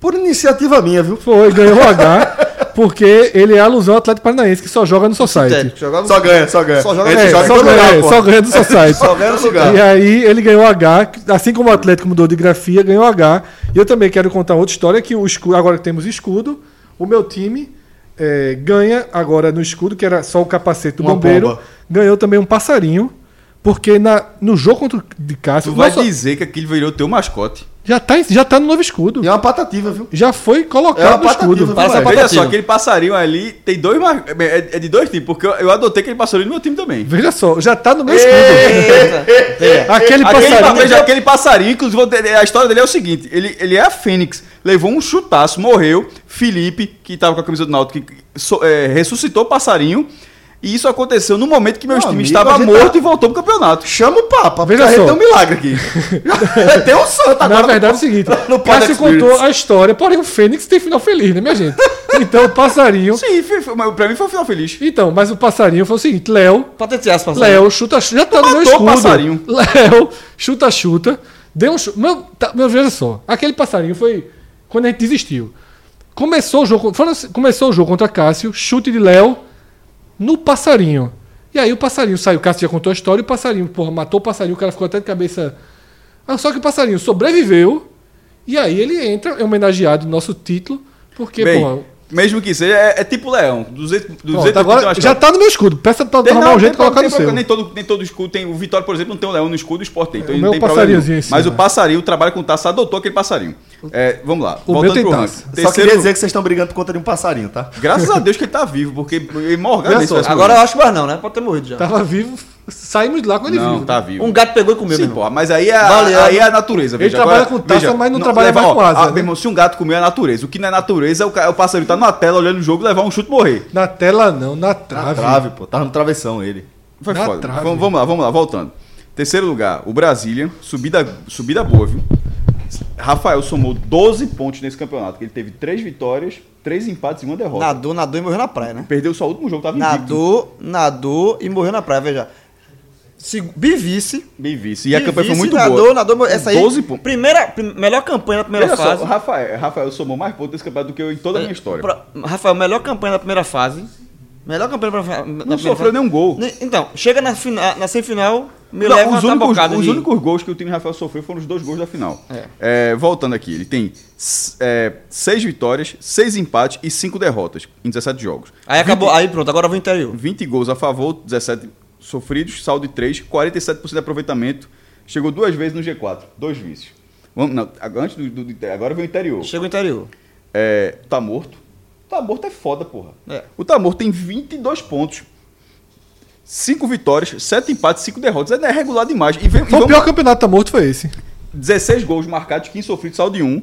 B: por iniciativa minha, viu?
C: Foi, ganhou o H, [laughs] porque ele é alusão ao Atlético Paranaense, que só joga no
B: é
C: Society.
D: Sintético, jogava-
B: Só ganha, só ganha.
D: Só joga-
B: Ele
C: É,
B: joga em
C: só,
B: todo
C: ganha,
B: lugar, pô.
C: só ganha do
B: [laughs]
C: Society.
B: Só ganha no lugar.
C: E aí ele ganhou H, assim como o Atlético mudou de grafia, ganhou H. E eu também quero contar outra história que o escudo, agora que temos escudo, o meu time eh, ganha agora no escudo, que era só o capacete do
B: Uma
C: bombeiro,
B: bomba.
C: ganhou também um passarinho, porque na, no jogo contra o de Cássio,
E: Tu vai
C: nossa,
E: dizer que aquele virou teu mascote.
C: já, tá, já tá no novo escudo.
B: E é uma patativa, viu?
C: Já foi
B: É
C: colocado
B: uma
C: no
B: patativa,
C: escudo.
B: viu,
E: Olha
B: Maestro?
E: só, aquele passarinho ali tem dois. mar- É é de dois times, porque eu- eu adotei aquele passarinho no meu time também.
C: Veja só, já tá no meu escudo.
D: é.
C: Aquele
E: Aquele,
C: passarinho.
E: veja, aquele passarinho, inclusive, vou ter- a história dele é o seguinte: ele, ele é a Fênix, levou um chutaço, morreu. Felipe, que tava com a camisa do Náutico, que so- é, ressuscitou o passarinho. E isso aconteceu no momento que meus
B: Meu
E: times
B: amigo, a
E: estavam
B: gente
E: morto
B: tá-
E: e voltou pro campeonato. [laughs]
B: Chama o Papa, porque
C: Veja
B: a gente tem
C: só.
B: um milagre
C: [laughs]
B: aqui. [laughs] tem um santo
C: Na
B: agora.
C: verdade
B: [laughs]
C: é o seguinte,
B: no Pod
C: Cássio
B: Experience.
C: contou a história, porém o Fênix tem final feliz, né, minha gente? Então o passarinho.
E: Sim, foi- foi- mas pra mim foi um final feliz.
C: Então, mas o passarinho foi o seguinte: Léo,
D: Patentear as passagens.
C: Léo, chuta, já tá no meu
E: matou o
C: escudo.
E: passarinho.
C: Léo, chuta, chuta. Deu um chute. Meu, tá, meu, veja só, aquele passarinho foi quando a gente desistiu. Começou o jogo, foram assim- começou o jogo contra Cássio, chute de Léo no passarinho. E aí o passarinho saiu, Cássio já contou a história, e o passarinho, porra, matou o passarinho, o cara ficou até de cabeça. Ah, Só que o passarinho sobreviveu, e aí ele entra, é homenageado no nosso título, porque,
E: Bem,
C: porra.
E: mesmo que seja, é, é tipo leão. 200, 200
C: Pronto, agora já tá no meu escudo. Peça pra
E: é. Tem,
C: arrumar
E: não,
C: um jeito de
E: tem
C: colocar
E: problema,
C: no seu.
E: Nem todo, nem todo escudo tem. O Vitória, por exemplo, não tem um leão no escudo, o Sport tem. Então
C: o
E: ele
C: É, meu
E: não tem problema nenhum.
C: passarinhozinho né? em
E: Mas
C: cima.
E: o passarinho, o trabalho com taça, adotou aquele passarinho. É, vamos lá.
C: O meu tem taça.
E: ranking.
B: Só queria
E: Terceiro-
B: dizer que vocês estão brigando por conta de um passarinho, tá?
E: Graças a Deus que ele tá vivo, porque ele
C: Olha
E: morgado
C: só,
D: Agora eu acho que mais não, né? Pode ter morrido já.
C: Tava vivo, saímos de lá com ele
E: não,
C: vivo.
E: tá
C: né?
E: vivo.
D: Um gato pegou e comeu,
E: Sim,
D: meu irmão.
E: porra, mas aí é, a-
D: Baleado.
E: aí é a natureza.
C: Ele
E: veja.
C: trabalha com taça, mas não trabalha mais com asa,
E: ah,
C: né?
E: meu irmão, se um gato comer é a natureza. O que não é natureza é o, ca- é o passarinho tá na tela olhando o jogo, levar um chute e morrer.
C: Na tela não, na
B: Na
C: trave.
B: trave, pô. Tava no travessão ele.
E: Foi
C: Na
E: foda.
C: trave.
E: Vamos, vamos lá, vamos lá, voltando. Terceiro lugar, o Brasília, subida, subida boa, viu? Rafael somou 12 pontos nesse campeonato. que Ele teve 3 vitórias, 3 empates e uma derrota.
D: Nadou, nadou e morreu na praia, né?
E: Perdeu só o último jogo, tava invicto.
D: Nadou, nadou e morreu na praia, veja. Se, bivice.
E: Bem vice. E a
D: bivice,
E: campanha foi muito
D: nadou,
E: boa.
D: Nadou, nadou, essa aí. é
E: 12 pontos.
D: Primeira, prim- melhor campanha da primeira
E: Olha
D: fase. É,
E: só, o Rafael, Rafael somou mais pontos nesse campeonato do que eu em toda a minha história.
D: Pra- Rafael, melhor campanha da primeira fase. Melhor campanha da primeira fase.
E: Não sofreu nenhum gol.
D: Então, chega na, fina, na semifinal, me
E: Não,
D: leva
E: os,
D: uma
E: únicos,
D: tabocada
E: os
D: de-
E: únicos gols que o time Rafael sofreu foram os dois gols da final. É, voltando aqui, ele tem s- é, seis vitórias, seis empates e cinco derrotas em 17 jogos.
D: Aí acabou, aí pronto, agora eu vou interior.
E: 20 gols a favor, 17 sofridos, saldo de 3, 47% de aproveitamento. Chegou duas vezes no G4, dois vícios. Vamos, não, agora- antes do, do- do- agora vem o interior.
D: Chega o interior.
E: É, tá morto. Tá morto é foda, porra.
D: É.
E: O tá morto tem 22 pontos. 5 vitórias, 7 empates, 5 derrotas. É regular demais. E vem,
C: Foi
E: e
C: o
E: vamos-
C: pior campeonato tá morto, foi esse.
E: 16 gols marcados, 15 sofridos, saldo de 1.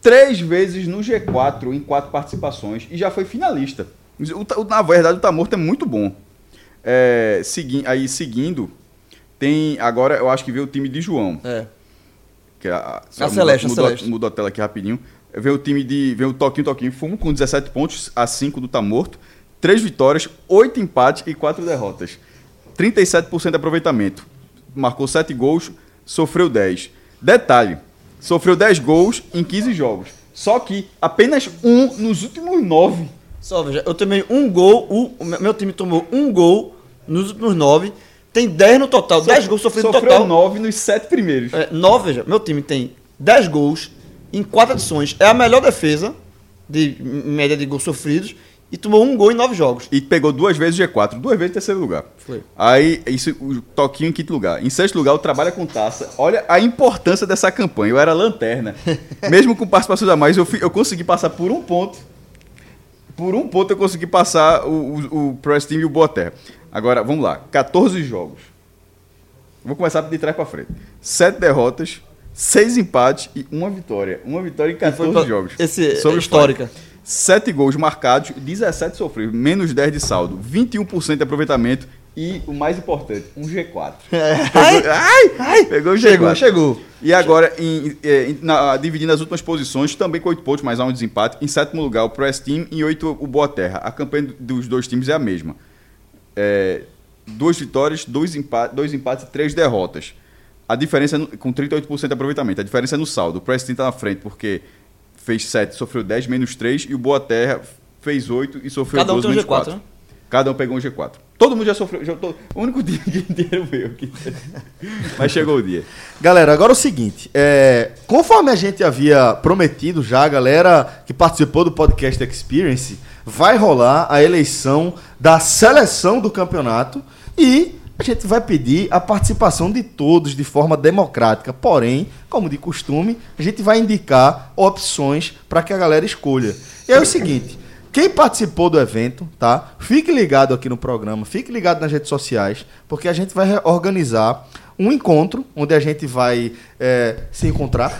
E: Três vezes no G4 em quatro participações e já foi finalista. O Ta- o- na verdade, o Tá Morto é muito bom. É, segui- aí, seguindo, tem. Agora eu acho que veio o time de João.
D: É.
E: Que é a, só
D: A
E: muda-
D: Celeste, a
E: muda,
D: Celeste.
E: muda a tela aqui rapidinho. Vem o time de. Vem o Toquinho Toquinho Fumo com 17 pontos a 5 do Tá Morto. 3 vitórias, 8 empates e 4 derrotas. 37% de aproveitamento. Marcou 7 gols, sofreu 10. Detalhe: sofreu 10 gols em 15 jogos. Só que apenas um nos últimos 9.
D: Só veja, eu tomei um gol, o- o meu time tomou um gol nos últimos nove, tem 10 no total, 10 gols sofridos no
E: sofreu
D: total.
E: 9 nos 7 primeiros.
D: É, nove, veja, meu time tem 10 gols em quatro edições, é a melhor defesa de média de gols sofridos e tomou um gol em nove jogos.
E: E pegou duas vezes o G4, duas vezes o terceiro lugar.
D: Foi.
E: Aí, isso, o Toquinho em quinto lugar. Em sexto lugar, o Trabalha com Taça. Olha a importância dessa campanha. Eu era
D: [laughs]
E: lanterna. Mesmo com participações a mais, eu, fui- eu consegui passar por um ponto. Por um ponto, eu consegui passar o, o, o Press Team e o Boa Terra. Agora, vamos lá. 14 jogos. Vou começar de trás pra frente. Sete derrotas, seis empates e uma vitória. Uma vitória em 14
D: pra-
E: jogos.
D: esse é
E: o
D: histórica.
E: Fire. Sete gols marcados, 17 sofridos, menos 10 de saldo, 21% de aproveitamento e o mais importante, um Ah! G4. [laughs] Pegou, ai, ai, pegou o G4.
D: Chegou, chegou.
E: E agora, em- eh, em- na- dividindo as últimas posições, também com 8 pontos, mas há um desempate. Em sétimo lugar, o Press Team, em oito, o Boa Terra. A campanha do- dos dois times é a mesma. É, duas vitórias, dois, empa- dois empates e três derrotas. A diferença, é no- com 38% de aproveitamento, a diferença é no saldo. O Press Team está na frente porque fez 7, sofreu 10, menos 3, e o Boa Terra fez 8 e sofreu
D: Cada um
E: 12,
D: tem um
E: menos
D: G4,
E: 4.
D: né?
E: Cada um pegou um G4. Todo mundo já sofreu. Já tô- o único [laughs] dia que [laughs] inteiro veio aqui. Mas chegou o dia.
B: Galera, agora é o seguinte, é, conforme a gente havia prometido já, a galera que participou do podcast Experience, vai rolar a eleição da seleção do campeonato e a gente vai pedir a participação de todos de forma democrática. Porém, como de costume, a gente vai indicar opções para que a galera escolha. E é o seguinte, quem participou do evento, tá? Fique ligado aqui no programa, fique ligado nas redes sociais, porque a gente vai re- organizar um encontro onde a gente vai é, se
D: [laughs]
B: encontrar.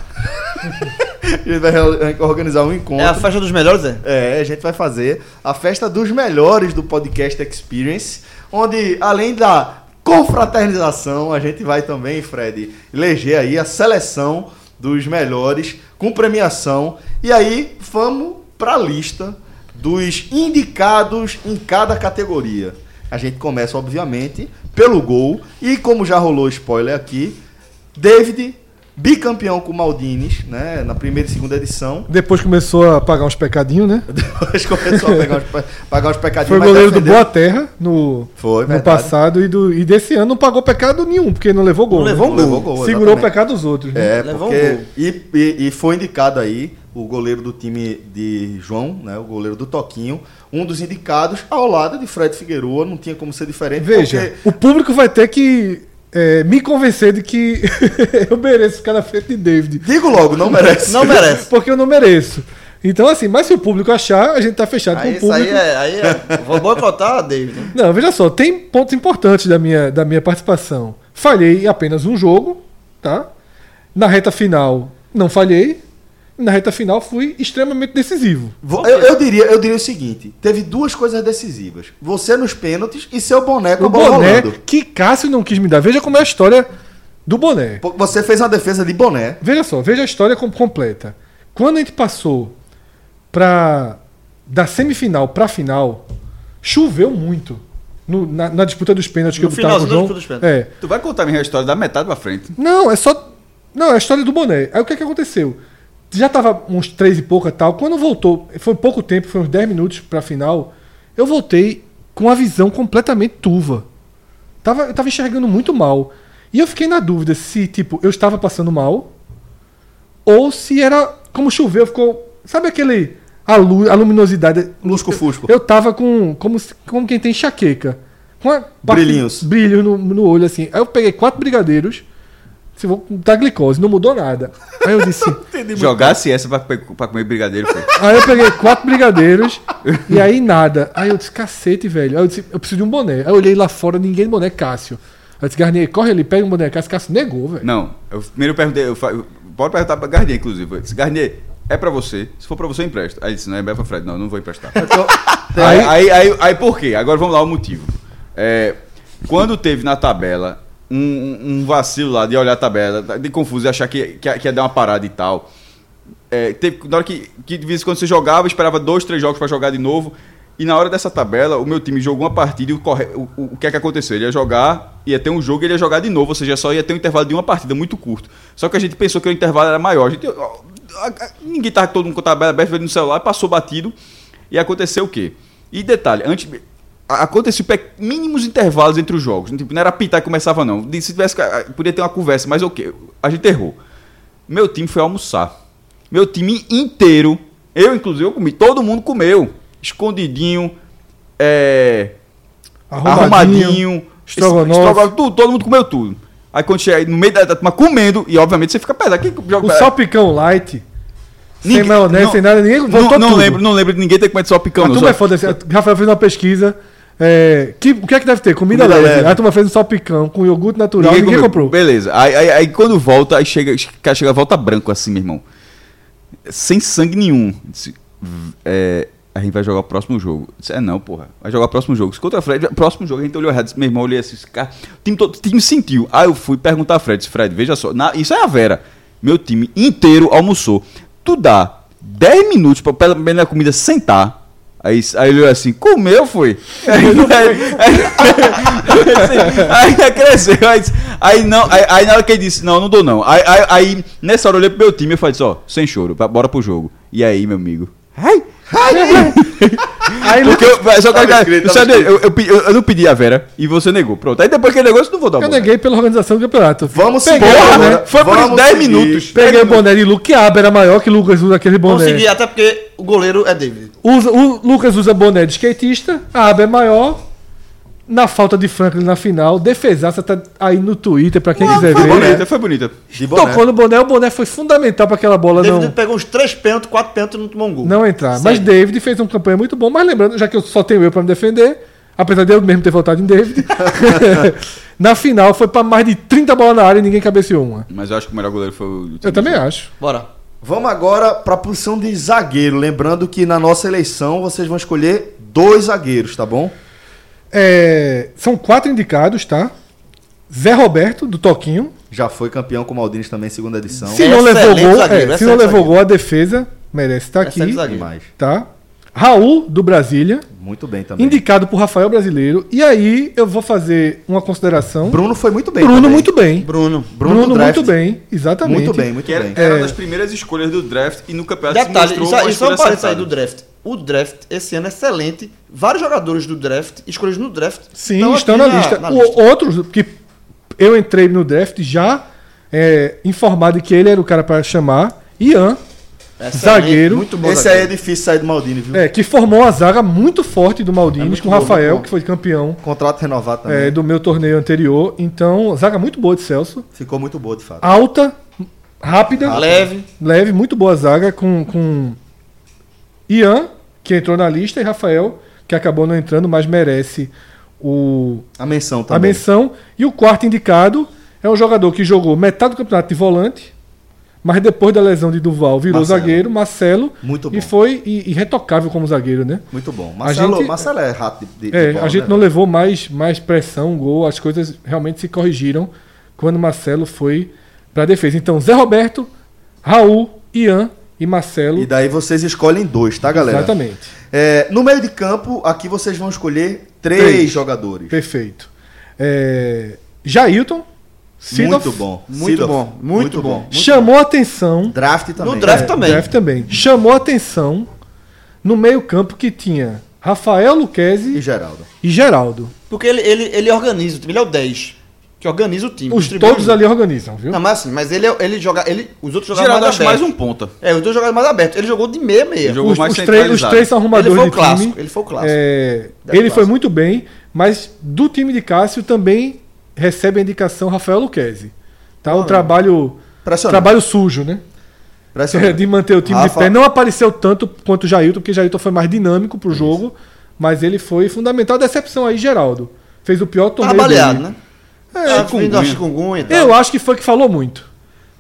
B: a gente vai re- organizar um encontro.
D: É a festa dos melhores,
C: Né.
D: é?
B: É, a gente vai fazer a festa dos melhores do podcast Experience, onde além da confraternização, a gente vai também, Fred, eleger aí a seleção dos melhores com premiação. E aí vamos para a lista dos indicados em cada categoria. A gente começa, obviamente, pelo gol e como já rolou spoiler aqui, David bicampeão com Maldines, né, na primeira e segunda edição.
C: Depois começou a pagar uns pecadinhos, né?
B: [laughs] Depois começou a pegar uns, pe- pagar uns pecadinhos.
C: Foi
B: mas
C: goleiro do
B: defendeu.
C: Boa Terra no,
B: Foi,
C: no
B: verdade.
C: passado e, do, e desse ano não pagou pecado nenhum, porque não levou gol.
D: Não
C: né?
D: levou um gol.
B: Levou gol,
C: Segurou o
B: exatamente.
C: pecado dos outros. né?
B: É,
D: Levou um
B: porque,
D: gol.
B: e, e- e foi indicado aí o goleiro do time de João, né, o goleiro do Toquinho, um dos indicados ao lado de Fred Figueroa, não tinha como ser diferente.
C: Veja,
B: porque-
C: o público vai ter que é, me convencer de que [laughs] eu mereço ficar na frente de David.
B: digo logo, não merece.
D: Não merece.
C: Porque eu não mereço. Então, assim, mas se o público achar, a gente tá fechado
D: Aí,
C: com o
D: isso aí
C: público.
D: é, aí é. Vou boicotar a David. né?
C: Não, veja só, tem pontos importantes da minha, da minha participação. Falhei em apenas um jogo, tá? Na reta final, não falhei. Na reta final, fui extremamente decisivo.
B: [laughs] Vo- Eu, eu diria, eu diria o seguinte: teve duas coisas decisivas. Você nos pênaltis e seu boné com
C: O
B: a bola
C: boné
B: rolando.
C: que Cássio não quis me dar. Veja como é a história do boné.
B: Pô, Você fez uma defesa de boné.
C: Veja só, veja a história com- completa. Quando a gente passou pra, da semifinal pra final, choveu muito no- na, na disputa dos pênaltis que
D: No
C: eu tava com o
D: finalzinho da
C: João.
D: disputa dos pênaltis.
C: É.
E: Tu vai contar a minha história da metade pra frente.
C: Não, é só. Não, é a história do boné. Aí o que, é que aconteceu? Já tava uns três e pouca tal. Quando voltou, foi pouco tempo, foi uns 10 minutos pra final. Eu voltei com a visão completamente turva. Tava, eu tava enxergando muito mal. E eu fiquei na dúvida se, tipo, eu estava passando mal. Ou se era. Como choveu, ficou. Sabe aquele. A, lu, a luminosidade.
B: Lusco-fusco.
C: Eu tava com. Como, se- como quem tem enxaqueca. Com a parte-
B: Brilhinhos.
C: Brilhos no, no olho, assim. Aí eu peguei quatro brigadeiros. Se vou da glicose, não mudou nada. Aí eu
E: [laughs]
C: disse.
E: Jogasse essa pra, pe- pra comer brigadeiro, foi.
C: aí eu peguei quatro brigadeiros e aí nada. Aí eu disse, cacete, velho. Aí eu disse, eu preciso de um boné. Aí eu olhei lá fora, ninguém de boné, Cássio. Aí eu disse, Garnier, corre ali, pega um boné, Cássio. Cássio negou, velho.
E: Não, eu primeiro perguntei. Eu, fa- eu- pode perguntar pra Garnier, inclusive. Eu disse, Garnier, é pra você. Se for pra você, eu empresto. Aí ele disse, não, é pra Fred. Não, eu não vou emprestar.
B: Então,
E: aí, aí, aí, aí por quê? Agora vamos lá o motivo. É, quando teve na tabela um, um- um vacilo lá de olhar a tabela, de confuso, de achar que, que, ia- que ia dar uma parada e tal. É, teve, na hora que, que de vez em quando você jogava, esperava dois, três jogos pra jogar de novo. E na hora dessa tabela, o meu time jogou uma partida e o, corre... o, o- o que é que aconteceu? Ele ia jogar, ia ter um jogo e ele ia jogar de novo, ou seja, só ia ter um intervalo de uma partida muito curto. Só que a gente pensou que o intervalo era maior. A gente, ó, a- a- ninguém tava com todo mundo com a tabela aberta, veio no celular, passou batido. E aconteceu o quê? E detalhe, antes, a- Aconteciam pe- mínimos intervalos entre os jogos. Tipo, não era pitar e começava, não. De- Se tivesse, ah, podia ter uma conversa, mas o quê? A gente errou. Meu time foi almoçar. Meu time inteiro, eu inclusive, eu comi. Todo mundo comeu. Escondidinho, é, arrumadinho,
C: estrogonofe.
E: tudo, todo mundo comeu tudo. Aí quando chega aí no meio da, da turma comendo, e obviamente você fica pesado. Quem joga
C: O salpicão light. sem maionese, sem nada, ninguém
E: é. Não,
C: voltou
E: não
C: tudo.
E: lembro, não lembro de ninguém ter comido salpicão.
C: A
E: não.
C: turma
E: Só-
C: é foda. assim, a- Rafael fez uma pesquisa. é, que, o que é que deve ter? Comida,
B: Comida
C: leve.
B: leve.
C: A turma fez um salpicão com iogurte natural. Ninguém,
E: comeu.
C: comprou.
E: Beleza. Aí, aí- aí quando volta, aí chega, o cara chega, volta branco assim, meu irmão. Sem sangue nenhum. Disse, "V- é, a gente vai jogar o próximo jogo. Disse, é não, porra. Vai jogar o próximo jogo. Disse, Contra a Fred, próximo jogo, a gente olhou errado. Disse, meu irmão, eu olhei assim, esse cara. O time, todo, o time sentiu. Aí eu fui perguntar a Fred. Disse, Fred, veja só. na- isso é a Vera. Meu time inteiro almoçou. Tu dá 10 minutos pra pelo menos a comida sentar. Aí, aí ele olhou assim, comeu, foi? Aí, aí, Assim, aí [laughs] cresceu, aí, disse- aí não, aí, aí na hora que ele disse, não, não dou não. Aí, aí, aí, nessa hora eu olhei pro meu time e falei assim, ó, sem choro, ba- bora pro jogo. E aí, meu amigo? Ai, [laughs] ai,
C: Aí
E: porque eu, só que-
B: Tava escrito, tava
E: sabe, eu, eu, pedi- eu- eu não pedi a Vera e você negou. Pronto, aí depois que ele negou, eu não vou dar
C: eu
E: bola.
C: neguei pela organização do campeonato.
B: né? Vamos
C: Peguei,
B: embora,
C: o boné,
B: né?
E: Foi por
B: Vamos
E: 10
B: seguir.
E: minutos.
C: Peguei o boné de Luke Abra, era maior que Lucas usa aquele boné.
D: Consegui, até porque o goleiro é David.
C: Usa- o Lucas usa boné de skatista, a aba é maior. Na falta de Franklin na final, defesaça tá aí no Twitter pra quem quiser
E: Foi
C: ver.
E: bonita, foi bonita.
B: De boné.
C: Tocou no boné, o boné foi fundamental pra aquela bola
D: David
C: não,
D: pegou uns três pênaltis, quatro pênaltis e não tomou um gol.
C: não entrar.
D: Sério.
C: Mas David fez uma campanha muito boa, mas lembrando, já que eu só tenho eu pra me defender, apesar de eu mesmo ter votado em
D: [laughs]
C: David, [laughs] na final foi pra mais de 30 bolas na área e ninguém cabeceou uma.
E: Mas eu acho que o melhor goleiro foi o...
C: Eu também acho.
D: Bora.
B: Vamos agora para a posição de zagueiro. Lembrando que na nossa eleição vocês vão escolher dois zagueiros, tá bom?
C: É, são quatro indicados, tá? Zé Roberto, do Toquinho,
B: Já foi campeão com o Maldines também, segunda edição.
C: Se não
D: Excelente
C: levou gol,
D: zagueiro,
C: é, se não
D: excelente
C: levou
D: zagueiro.
C: gol, a defesa merece estar aqui.
D: Excelente zagueiro.
B: Demais.
C: Tá? Raul, do Brasília,
B: Muito bem também.
C: indicado por Rafael Brasileiro. E aí eu vou fazer uma consideração. Bruno,
B: Bruno foi muito bem.
C: muito bem.
D: Bruno.
B: Bruno
C: Bruno,
B: do draft.
C: muito bem, exatamente.
B: Muito bem, muito
E: Que era,
B: bem.
E: era
C: É.
E: uma das primeiras escolhas do draft e no campeonato
D: Detalhe,
E: Assim, mostrou
D: isso,
E: uma
D: isso é um
E: escolha
D: parênteses aí
E: acertada.
D: do draft. O draft, esse ano, é excelente. Vários jogadores do draft, escolhidos no draft,
C: Sim,
B: Então,
D: estão
C: estão
D: aqui
C: na, lista. O- Outros que eu entrei no draft já é, informado que ele era o cara para chamar. Ian,
D: Excelente,
C: zagueiro.
D: Muito bom
B: Esse aí é
D: zagueiro.
B: difícil sair do Maldini, viu?
C: é, que formou uma zaga muito forte do Maldini
B: É muito
C: com o
B: boa, muito
C: Rafael,
B: boa.
C: que foi campeão
B: É. Contrato renovado também.
C: é, do meu torneio anterior. Então, zaga muito boa de Celso.
B: Ficou muito boa, de fato.
C: Alta, rápida,
B: Ah,
D: Leve.
C: leve, muito boa zaga com, com Ian, que entrou na lista, e Rafael, que acabou não entrando, mas merece o,
B: A menção
C: a
B: também.
C: menção. E o quarto indicado é um jogador que jogou metade do campeonato de volante, mas depois da lesão de Duval virou
B: Marcelo.
C: zagueiro, Marcelo,
B: Muito
C: e
B: bom.
C: foi i- irretocável como zagueiro, né?
B: Muito bom. Marcelo,
C: gente-
B: Marcelo é rato de, de,
C: É,
B: de bola,
C: a gente
B: né?
C: não levou mais, mais pressão, gol, as coisas realmente se corrigiram quando Marcelo foi pra defesa. Então, Zé Roberto, Raul, Ian e Marcelo.
B: E daí vocês escolhem dois, tá, galera?
C: Exatamente.
B: É, no meio de campo, aqui vocês vão escolher três,
C: Três.
B: jogadores.
C: Perfeito. É, Jailton, Sidoff,
B: Muito bom.
D: Muito bom, muito bom.
C: chamou atenção.
B: Draft também.
D: No
C: né?
D: draft
B: É.
D: também.
C: Draft também. Chamou atenção no meio-campo que tinha Rafael
B: E
C: Luquezzi
B: Geraldo.
C: e Geraldo.
D: Porque ele, ele, ele organiza o time, ele é o 10. Que organiza o time.
C: Os
D: distribui
C: todos
D: o jogo.
C: ali organizam, viu?
D: Não, mas assim, mas ele, é- ele joga. Ele, os outros jogaram
E: Geraldo
D: mais
E: acho
D: aberto.
E: mais um ponta.
D: É, os dois jogaram mais aberto. Ele jogou de meia meia.
E: Ele jogou- jogo
C: Os,
E: mais
C: os três, os
E: centralizado.
C: três são arrumadores
D: Ele foi o
C: de
D: clássico,
C: time.
D: ele foi o clássico.
C: É,
D: Dá
C: ele foi
D: clássico.
C: muito bem, mas do time de Cássio também recebe a indicação Rafael Luquezzi. Tá?
D: Ah.
C: Um trabalho,
B: Impressionante.
C: trabalho sujo, né?
B: Impressionante.
C: [laughs] de manter o time
B: Rafa-
C: de pé. Não apareceu tanto quanto o Jailton, porque o Jailton foi mais dinâmico pro jogo, mas ele foi fundamental. Decepção aí, Geraldo. Fez o pior
D: Tava
C: torneio
D: baleado,
C: dele.
D: né? É,
E: chikungunya.
D: chikungunya e tal.
C: Eu acho que foi que falou muito.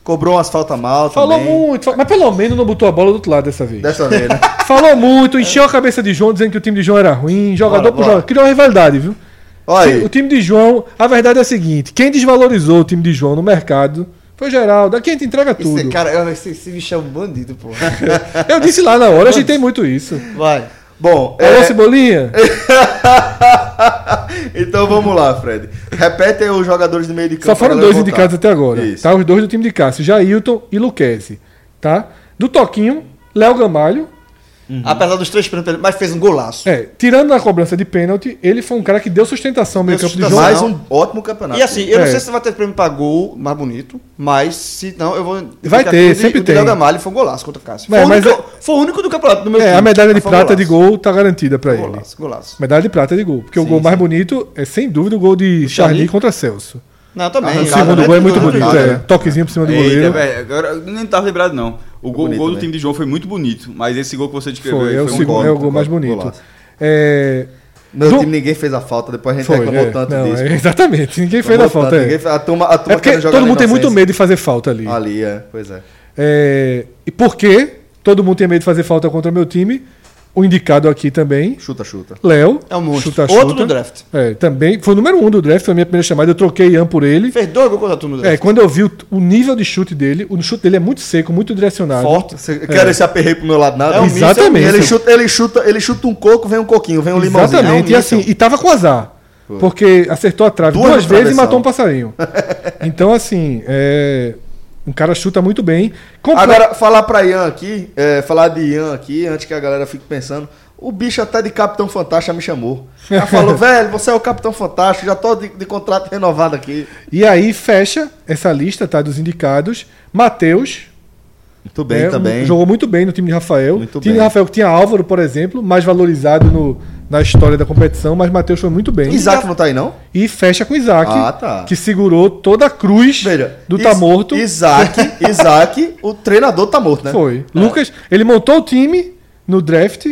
D: Cobrou umas faltas mal
C: Falou
D: também.
C: muito, fa- mas pelo menos não botou a bola do outro lado dessa vez.
B: Dessa vez, né?
C: Falou muito, encheu a cabeça de João dizendo que o time de João era ruim, jogador
D: Bora,
C: por
D: bora.
C: jogador. Criou uma rivalidade, viu?
D: Olha aí.
C: O time de João, a verdade é a seguinte: quem desvalorizou o time de João no mercado foi o Geraldo. Aqui a gente entrega tudo.
D: Esse cara, eu- esse, esse bicho é um bandido, pô.
C: Eu disse lá na hora, a gente tem muito isso.
D: Vai.
B: [laughs] Bom,
C: Alô,
B: é,
C: Cebolinha?
B: então vamos lá, Fred. Repete aí os jogadores do meio de campo.
C: Só foram
B: pra
C: dois
B: galera votar.
C: indicados até agora.
B: Isso.
C: Tá? Os dois do time de Cássio, Jailton e Luquezzi. Tá? Do Toquinho, Léo Gamalho.
D: Apesar dos três pênaltis, mas fez um golaço.
C: É, tirando a cobrança de pênalti, ele foi um cara que deu sustentação ao meio
D: Deu
C: campo de João.
D: sustentação.
B: Mais um ótimo campeonato.
D: E assim, eu
C: É.
D: não sei se vai ter prêmio pra gol mais bonito, mas se não, eu vou.
C: Vai
D: indicar
C: ter,
D: que o de-
C: sempre
D: o de Léo
C: tem.
D: Gamalho foi um golaço contra o Cássio.
C: É,
D: foi,
C: mas
D: o único, foi o único do campeonato do meu
C: É,
D: time.
C: a medalha de
D: Mas foi um
C: prata de
D: golaço.
C: gol tá garantida pra ele.
D: Golaço, golaço.
C: Medalha de prata de gol. Porque o
D: Sim,
C: gol mais
D: sim.
C: bonito é, sem dúvida, o gol de Charlie
D: Charly?
C: contra Celso.
D: Não, também.
C: O
B: Arrancada,
C: segundo
B: né?
C: gol é muito
B: Tudo
C: bonito.
B: arrancado,
C: É,
B: né?
C: toquezinho por cima do
E: Eita,
C: goleiro.
E: velho, agora eu nem tava lembrado, não. O gol, o
B: bonito,
E: gol do
B: né?
E: time de João foi muito bonito, mas esse gol que você descreveu
C: Foi,
E: aí
C: é o,
E: foi um
C: segundo,
E: gol.
C: é o gol mais
B: concordo,
C: bonito.
B: golaço.
C: É,
B: Meu
C: Do-
B: time ninguém fez a falta, depois a gente
C: foi,
B: reclamou
C: é,
B: tanto
C: não,
B: disso.
C: é, exatamente. Ninguém fez a
B: Reclamou
C: falta.
B: tanto,
C: é.
B: ninguém fez- a turma, a turma
C: É porque
B: querendo jogar
C: todo
B: na
C: mundo tem muito
B: inocência.
C: medo de fazer falta ali.
B: Ali, é, pois é.
C: É, e por que todo mundo tem medo de fazer falta contra meu time? O indicado aqui também,
B: Chuta, chuta.
C: Léo.
D: É um monstro.
C: Chuta,
D: Outro
C: chuta.
D: do draft.
C: É, também. Foi o número um do draft, foi a minha primeira chamada. Eu troquei Ian por ele.
D: Fez dois gols contra a turma do
C: É,
D: draft.
C: quando eu vi o, o nível de chute dele, o chute dele é muito seco, muito direcionado.
D: Forte.
B: Você
C: É.
B: quer esse aperreio pro meu lado, nada?
D: É um míssil.
C: Exatamente.
B: Ele chuta, ele, chuta, ele chuta um coco, vem um coquinho, vem um limãozinho.
C: Exatamente. e
B: É um
C: assim,
B: míssil.
C: e tava com azar. Porque acertou a trave
B: Duas
C: duas,
B: no
C: vezes e
B: travessão.
C: matou um passarinho. então, assim, é, um cara chuta muito bem. Comple-
B: Agora, falar pra Ian aqui, é, falar de Ian aqui, antes que a galera fique pensando, o bicho até de Capitão Fantástico me chamou. Já falou, [laughs] velho, você é o Capitão Fantástico, já tô de, de contrato renovado aqui.
C: E aí fecha essa lista, tá? Dos indicados. Matheus,
B: Muito
C: É, um- Jogou muito bem no time de Rafael. O
B: Muito
C: time de
B: bem.
C: Rafael que tinha Álvaro, por exemplo, mais valorizado no- na história da competição, mas Matheus foi muito bem.
B: Isaac não tá aí, não?
C: E fecha com Isaac,
B: Ah, tá.
C: que segurou toda a cruz
B: Veja,
C: do
B: Is-
C: Tá Morto. [laughs]
B: Isaac, Isaac, o treinador tá morto, né?
C: Foi. Lucas, ele montou o time no draft,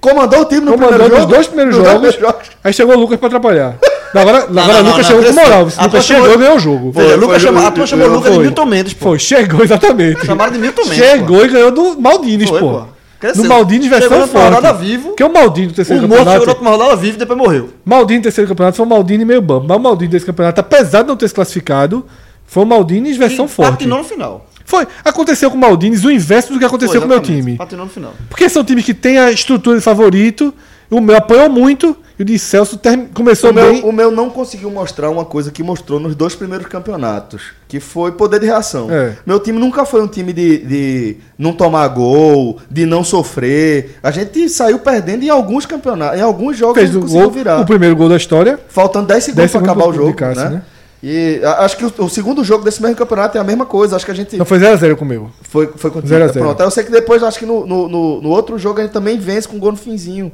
B: Comandou o time no
C: comandou
B: primeiro
C: os
B: jogo.
C: dois primeiros
B: nos
C: jogos,
B: dois
C: aí chegou o Lucas pra atrapalhar. Agora, agora
D: não, não,
C: Lucas
D: não,
C: chegou com
D: não,
C: moral.
D: não,
C: Lucas
D: não, não,
C: chegou e
D: não,
C: ganhou o jogo.
D: Veja,
B: Foi,
D: Lucas
B: foi,
D: chamou- a
B: foi,
D: turma chamou
B: foi,
D: Lucas de
C: foi.
D: Milton Mendes, pô.
C: Foi, chegou, exatamente.
D: Chamaram de Milton Mendes.
C: Chegou e ganhou do Maldines,
D: Foi,
C: pô.
D: pô. Cresceu.
C: No Maldines versão
D: Chegou na
C: um forte.
D: rodada vivo.
C: Porque o Maldini do
D: pô.
C: terceiro
D: O morto
C: campeonato...
D: chegou na última rodada vivo e depois morreu.
C: Maldini terceiro campeonato foi o Maldini meio bambo. Mas o Maldini desse campeonato, apesar de não ter se classificado, foi o Maldini em versão
D: E
C: forte.
D: Patinou no final.
C: Foi. Aconteceu com o Maldini o inverso do que aconteceu
D: Foi,
C: com o meu
D: exatamente.
C: time.
D: Patinou no final.
C: Porque são times que têm a estrutura de favorito. O meu apanhou muito. E o de Celso termi- começou
B: O
C: bem.
B: meu, o meu não conseguiu mostrar uma coisa que mostrou nos dois primeiros campeonatos, que foi poder de reação.
C: É.
B: Meu time nunca foi um time de, de não tomar gol, de não sofrer. A gente saiu perdendo em alguns campeonatos, em alguns jogos a
C: Fez
B: gente
C: o,
B: conseguiu
C: gol,
B: virar.
C: o primeiro gol da história.
B: Faltando 10 segundos
C: 10
B: para
C: segundos
B: acabar o
C: pro
B: jogo,
C: Cássio,
B: né?
C: né?
B: E a- acho que o, o segundo jogo desse mesmo campeonato é a mesma coisa. Acho que a gente
C: Não, foi 0x0 com o meu.
B: foi, foi contigo.
C: Zero a zero.
B: Pronto. Eu sei que depois, acho que no, no, no- no outro jogo, a gente também vence com gol no finzinho.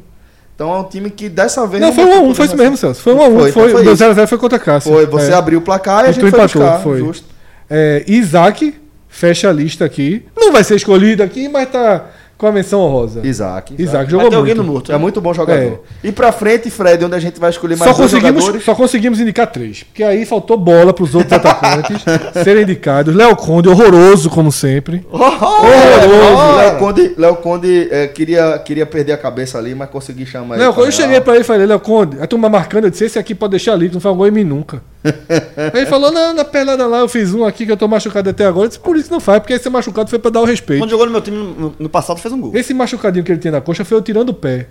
B: Então é um time que dessa vez.
C: Não, foi
B: mostrou poder
C: 1x1, foi
B: de
C: isso
B: reação.
C: mesmo, Celso. Foi 1x1.
B: Foi, então
C: foi,
B: foi
C: meu
B: isso.
C: 0x0 foi contra Cássio.
B: Foi, você
C: É.
B: abriu o placar e a
C: E
B: gente
C: tu
B: foi
C: empatou,
B: buscar.
C: foi.
B: Justo.
C: É, Isaac fecha a lista aqui. Não vai ser escolhido aqui, mas tá com a menção honrosa.
B: Isaac.
C: Isaac
D: Vai
C: jogou
D: ter alguém
C: muito.
D: no morto.
B: É muito bom jogador. E pra frente, Fred, onde a gente vai escolher mais
C: Só
B: dois
C: conseguimos,
B: jogadores.
C: só conseguimos indicar três. Porque aí faltou bola pros outros
B: [laughs]
C: atacantes serem indicados. Léo Conde, horroroso, como sempre.
B: Horroroso.
C: Horroroso.
B: É, Léo Conde, Léo Conde eh, queria, queria perder a cabeça ali, mas consegui chamar
C: Léo Conde,
B: pra
C: eu cheguei pra ele e falei, Léo Conde, a turma marcando, eu disse, esse aqui pode deixar ali, que não faz um gol em mim nunca. aí ele falou, não, na pelada lá eu fiz um aqui que eu tô machucado até agora. Eu disse, por isso não faz, porque esse machucado foi pra dar o respeito.
D: Quando jogou no meu time no, no passado, fez um gol.
C: Esse machucadinho que ele tinha na coxa foi eu tirando o pé.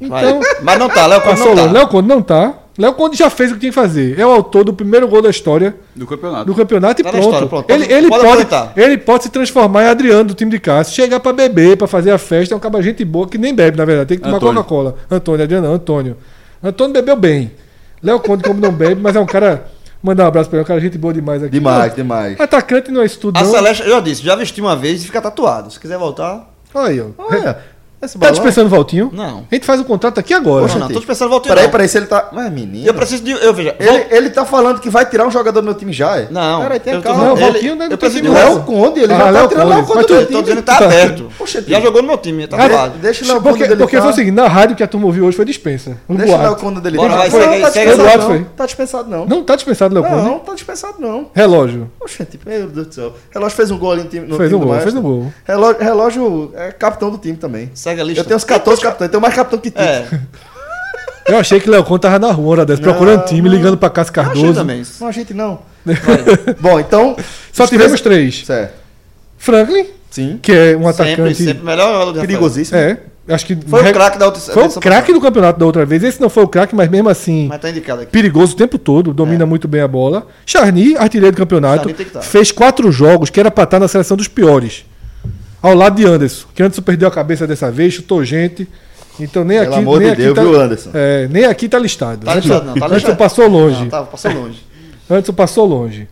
D: Vai.
C: Então,
D: Mas não tá, Léo Conde
C: Passou
D: não
C: longe.
D: tá.
C: Léo Conde não tá. Léo Conde já fez o que tinha que fazer. É o autor do primeiro gol da história
E: Do campeonato.
C: do campeonato e
D: Tá na
C: pronto.
D: história, pronto.
C: Ele,
D: Pode-
C: ele,
D: pode
C: pode,
D: aproveitar.
C: ele pode se transformar em Adriano do time de Cássio, chegar pra beber, pra fazer a festa. É um cara gente boa que nem bebe, na verdade. Tem que tomar
E: Antônio.
C: Coca-Cola. Antônio, Adriano, não, Antônio. Antônio bebeu bem. Léo Conde, como não bebe, mas é um cara. Mandar um abraço pra ele, é um cara gente boa demais aqui.
B: Demais,
C: Não,
B: demais.
C: Atacante não é isso tudo,
D: A
C: não.
D: Celeste, eu já disse, já vesti uma vez e fica tatuado. Se quiser voltar.
C: Olha aí, ó.
B: Olha, esse
C: Tá
B: balão. é
C: dispensando o Valtinho?
D: Não.
C: A gente faz o contrato aqui agora.
D: Não, não, tô dispensando voltar.
B: Peraí, peraí, se ele tá. Mas, menino.
D: Eu preciso de. Eu veja. vol-
B: Ele, ele tá falando que vai tirar um jogador do meu time já, é?
D: Não.
B: Peraí, tem
D: eu tô- assim.
B: calma.
C: Não,
D: ele-
C: Valtinho não é do
D: eu preciso de
C: time,
B: Léo
C: não.
D: Léo.
B: Conde, ele
C: Ah,
B: já
C: Léo
B: tá tirando Léo
C: Conde.
B: Conde
C: Mas
B: do
C: tu-
B: meu
D: Eu tô
B: time.
D: dizendo que tá
C: Tá.
D: aberto.
B: Poxa,
D: Já jogou no meu time, tá tatuado.
B: É, Deixa o Léo Conde
C: Porque,
B: dele
C: porque
B: tá.
C: foi o seguinte, na rádio que a turma ouviu hoje foi dispensa. Um
B: Deixa o
C: boato.
B: Léo Conde dele
D: Bora,
B: tá.
D: vai,
B: Não,
D: segue aí,
B: tá
D: segue aí.
B: dispensado
C: Foi.
B: não. Tá dispensado não.
C: Não tá dispensado, Léo
B: Não,
C: Conde.
B: tá foram dispensados, não.
C: Relógio.
B: Oxente, tipo, meu Deus do céu. Relógio fez um gol ali no time. No
C: fez
B: time
C: um
B: do
C: gol,
B: Maestro.
C: fez um gol.
B: Relógio, relógio é capitão do time também.
D: Segue a lista.
B: Eu tenho uns 14 capitães, tenho mais capitão que time.
D: É,
C: Eu achei que Leocon tava na rua, hora dessa, procurando time, ligando pra Cássio
D: eu achei
C: Cardoso.
D: também.
B: Não, a gente não. Bom, então. É,
C: [laughs] Só tivemos três.
B: Certo.
C: Franklin,
B: Sim.
C: que é um
D: Sempre,
C: atacante.
D: sempre melhor jogador de Rafael.
B: Perigosíssimo.
C: É, acho que.
D: Foi
C: re-
D: o craque da outra
C: Foi
D: dessa-
C: o craque do campeonato da outra vez. Esse não foi o craque, mas mesmo assim,
D: Mas tá indicado aqui.
C: perigoso o tempo todo, domina muito bem a bola. Charny, artilheiro do campeonato,
D: Charny tem que estar.
C: fez quatro jogos que era pra estar na seleção dos piores. Ao lado de Anderson, que Anderson perdeu a cabeça dessa vez, chutou gente. Então nem
B: Pelo
C: aqui.
B: amor
C: nem
B: de
C: aqui
B: Deus,
C: tá,
B: viu, Anderson?
C: É, nem aqui tá listado.
D: Tá
C: Antes-
D: listado, não, tá
C: antes
D: listado.
C: passou longe.
D: Não, tá tava, passou longe.
C: Antes passou longe.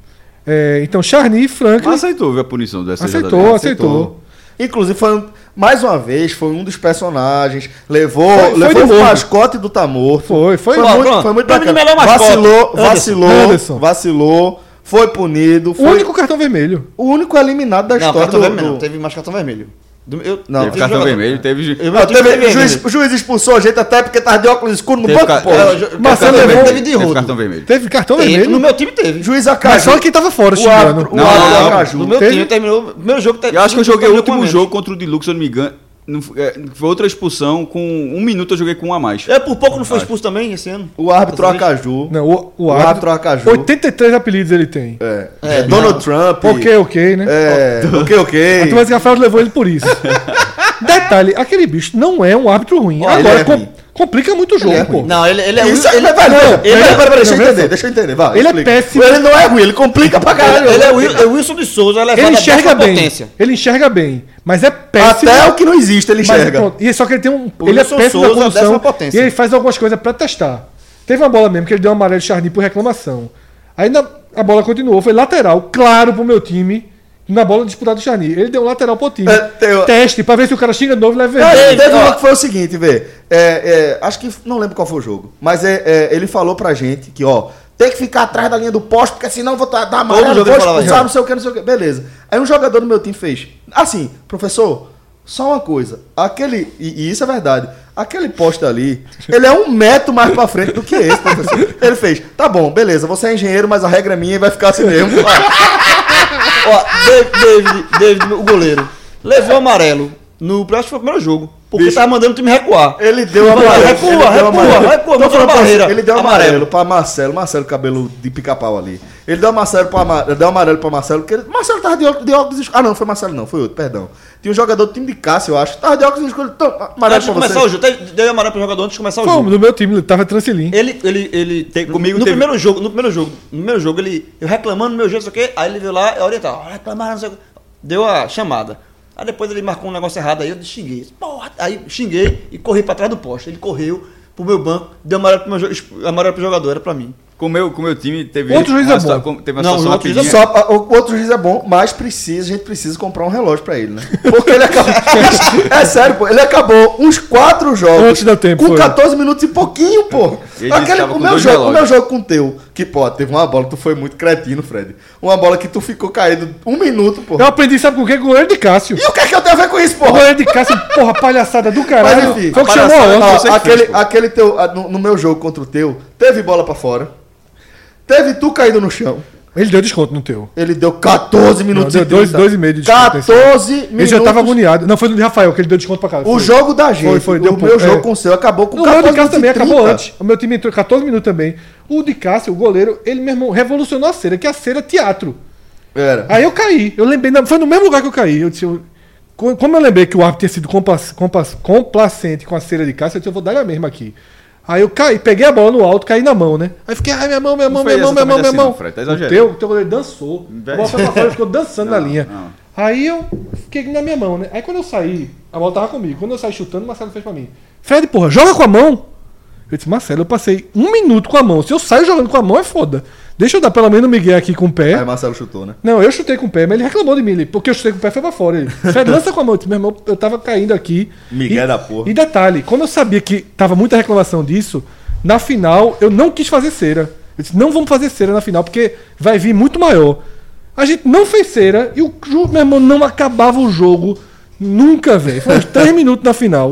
C: É, então, Charny e Franklin
E: Mas aceitou viu, a punição do SJ.
C: aceitou, aceitou,
B: Inclusive, foi um- mais uma vez, foi um dos personagens. Levou,
C: Foi- foi de
B: levou
C: novo.
B: o mascote do Tamor.
C: Foi, foi.
B: Foi,
D: Pronto,
B: muito,
D: pronto.
B: foi muito
D: Pra mim,
B: bacana.
D: melhor mascote.
B: Vacilou,
D: Anderson.
B: vacilou,
C: Anderson.
B: vacilou. Foi punido.
C: o
B: Foi
C: único cartão vermelho.
B: o único eliminado da
D: Não,
B: história
D: cartão
B: do.
D: vermelho. Não,
B: do...
D: teve mais cartão vermelho. Do- eu-
B: Não,
E: Teve cartão
D: jogador-
E: vermelho, teve.
D: Eu-
C: Ah,
B: Não,
D: meu time
B: teve-
D: teve
B: juiz,
D: ainda.
B: juiz expulsou a gente até porque tava de óculos escuros no
E: teve
B: banco,
E: ca-
B: pô.
D: É, jo-
C: Marcelo
E: teve cartão
C: levou-
E: vermelho,
D: teve de rodo.
E: cartão vermelho.
C: Teve cartão
D: Teve,
C: vermelho.
D: no meu time teve.
B: Juiz
C: Mas
B: acabou.
C: só quem tava fora
B: O árbitro-
C: xingando.
B: o
E: Não,
B: árbitro
E: não,
B: Aracaju.
D: no meu
C: Ah, Teve-
D: time terminou. Meu jogo terminou.
E: Eu acho que eu joguei o
D: terminou
E: último
D: com a menos.
E: jogo contra o Diluc, se eu não me engano. não f- é, Foi outra expulsão, com um minuto eu joguei com um a mais.
D: É, por pouco não foi
E: Acho.
D: expulso também esse ano.
B: O árbitro é
D: Dessa vez?
B: Acaju.
C: Não, o, o
B: O
C: árbitro.
B: árbitro Acaju.
C: 83 apelidos ele tem.
B: É.
D: É,
B: Donald
D: não.
B: Trump.
C: Ok, ok, né?
B: É. Ok,
C: A
B: ok.
C: turma de Rafael levou ele por
B: [laughs]
C: isso. Detalhe, aquele bicho não é um árbitro ruim.
B: Olha,
C: Agora
B: ele é
C: com-
B: ruim.
C: complica muito o jogo,
B: Ele é
C: pô.
D: Não, ele, ele é
B: Isso
D: o-
B: ele é velho.
C: Não,
B: Ele
C: ele
B: é,
C: é-
B: pera, deixa eu
C: não,
B: entender,
C: não.
B: deixa eu entender. Vai,
C: Ele é
B: explica.
C: péssimo.
B: Ele não é ruim, ele complica pra caralho.
D: Ele é o Wil- é o Wilson de Souza, elevado
C: Ele
D: à décima
C: enxerga bem.
D: potência.
C: Ele enxerga bem, mas é péssimo.
B: Até o que não existe, ele
C: Mas,
B: enxerga.
C: pronto, E só que ele tem um.
D: O
C: ele é
D: Wilson
C: péssimo
D: Souza,
C: na
D: décima
C: condução.
D: potência.
C: E ele faz algumas coisas pra testar. Teve uma bola mesmo que ele deu um amarelo Charny por reclamação. Aí na- a bola continuou, foi lateral, claro pro meu time. Na bola disputada do Charny. Ele deu um lateral pro time.
B: É, tem-
C: Teste pra ver se o cara xinga de novo e leva
B: Não,
C: vermelho.
B: ele teve
D: É ó.
B: uma que foi o seguinte, vê. É, é, acho que não lembro qual foi o jogo, mas é, é, ele falou pra gente que, ó, tem que ficar atrás da linha do poste, porque senão eu vou tá- dar amarelo,
D: Todo jogo
B: vou
D: ele falava
B: expulsar,
D: isso.
B: não sei o que, não sei o que. Beleza. Aí um jogador do meu time fez, assim, professor, só uma coisa, aquele, e, e isso é verdade, aquele poste ali, ele é um metro mais pra frente do que esse, professor. Ele fez, tá bom, beleza, você é engenheiro, mas a regra é minha e vai ficar assim mesmo.
D: Ó, David, David, David, o goleiro, levou amarelo no acho que foi o primeiro jogo, porque
B: Bicho.
D: tava mandando o time recuar.
B: Ele deu
D: Vai,
B: amarelo.
D: recua,
B: ele deu
D: recua,
B: amarelo.
D: recua,
B: Tô
D: botou
B: falando
D: na
B: pra
D: barreira.
B: você, Ele deu amarelo,
D: Amarelo.
B: pra Marcelo. Marcelo, cabelo de pica-pau ali. Ele deu amarelo pra, Ama- deu amarelo pra Marcelo. Porque ele- Marcelo tava de óculos, de óculos escuros. Ah, não, foi Marcelo, não, foi outro, perdão. Tinha um jogador do time de Cássio, eu acho. Tava de óculos escuros. Então, amarelo
D: Antes
B: pra
D: de
B: você.
D: começar o jogo, dei- dei amarelo pro jogador antes de começar o
C: Foi,
D: jogo.
C: no meu time, ele tava Transilim.
D: Ele, ele, ele,
E: comigo
D: no
E: teve-
D: primeiro jogo, no primeiro jogo, no primeiro jogo, ele, eu reclamando do meu jeito, não sei o quê, aí ele veio lá, eu orientar, ó, reclamar, não sei o quê, deu a chamada. Aí depois ele marcou um negócio errado, aí eu xinguei, porra, aí xinguei e corri pra trás do poste, ele correu pro meu banco, deu amarelo pro, meu, jo- exp- amarelo pro jogador, era pra mim.
E: Com o meu, com o meu time teve.
C: Outro juiz
E: uma
C: é
E: situa-
C: bom.
E: Teve uma
D: Não,
E: situação
D: outro juiz é
E: rapidinha.
B: Só, a- o outro juiz é bom, mas precisa, a gente precisa comprar um relógio pra ele, né? Porque ele acabou. [laughs] é sério, pô. Ele acabou uns quatro jogos.
C: Antes do tempo,
B: Com
C: foi.
B: 14 minutos e pouquinho, pô.
E: Ele disse que
B: Aquele,
E: tava
B: o,
E: com
B: meu
E: dois
B: jogo, o
E: relógios.
B: meu jogo com o teu. Que, pô, teve uma bola, que tu foi muito cretino, Fred. Uma bola que tu ficou caído um minuto, pô.
C: Eu aprendi, sabe com o quê? Com o goleiro de Cássio.
B: E o que é que eu tenho a ver com isso, pô?
C: O goleiro de Cássio, porra, palhaçada do
B: Mas
C: caralho.
B: enfim,
C: Foi o que
E: a
C: chamou
E: palhaçada-
C: a
B: Ó,
E: você que
B: aquele,
E: fez, pô.
B: aquele teu. a- No, no meu jogo contra o teu, teve bola pra fora. Teve tu caído no chão.
C: Ele deu desconto no teu.
B: Ele deu 14 minutos
C: deu
B: e
C: dois-
B: 30.
C: dois e meio de desconto,
B: 14 minutos.
C: Ele já tava agoniado. Não, foi no de Rafael que ele deu desconto pra casa.
B: O jogo da gente,
C: Foi, foi, deu
B: o
C: pouco,
B: meu
C: é.
B: jogo com o seu, acabou com
C: O meu de
B: 14
C: Cássio
B: minutos
C: também
B: e 30.
C: acabou antes. O meu time entrou 14 minutos também. O de Cássio, o goleiro, ele mesmo revolucionou a cera, que a cera é teatro.
B: Era.
C: Aí eu caí. Eu lembrei, não, foi no mesmo lugar que eu caí. Eu disse, eu- co- como eu lembrei que o árbitro tinha sido compas- compas- complacente com a cera de Cássio, eu disse, eu vou dar a mesma aqui. Aí eu caí, peguei a bola no alto, caí na mão, né? Aí fiquei, ai, minha mão, minha mão,
E: foi
C: minha mão, minha mão, minha
E: exatamente
C: mão.
E: assim, não, Fred, tá
C: o
E: exagerando.
C: teu, o teu goleiro dançou. A bola foi pra fora, ele ficou dançando na
E: Não,
C: linha.
E: não.
C: Aí eu fiquei na minha mão, né? Aí quando eu saí, a bola tava comigo. Quando eu saí chutando, o Marcelo fez pra mim. Fred, porra, joga com a mão. Eu disse, Marcelo, eu passei um minuto com a mão. Se eu saio jogando com a mão, é foda. Deixa eu dar pelo menos um Miguel aqui com o pé.
B: Aí Marcelo chutou, né?
C: Não, eu chutei com o pé, mas ele reclamou de mim. Ele, porque eu chutei com o pé, foi pra fora.
B: [laughs]
C: Ele, Fred, lança com a mão. Eu disse, meu irmão, eu tava caindo aqui.
B: Migué
C: E-
B: da porra.
C: E detalhe, como eu sabia que tava muita reclamação disso, na final eu não quis fazer cera. Eu disse, não vamos fazer cera na final, porque vai vir muito maior. A gente não fez cera e o ju- meu irmão não acabava o jogo nunca, velho.
B: [laughs]
C: Foi uns três minutos na final.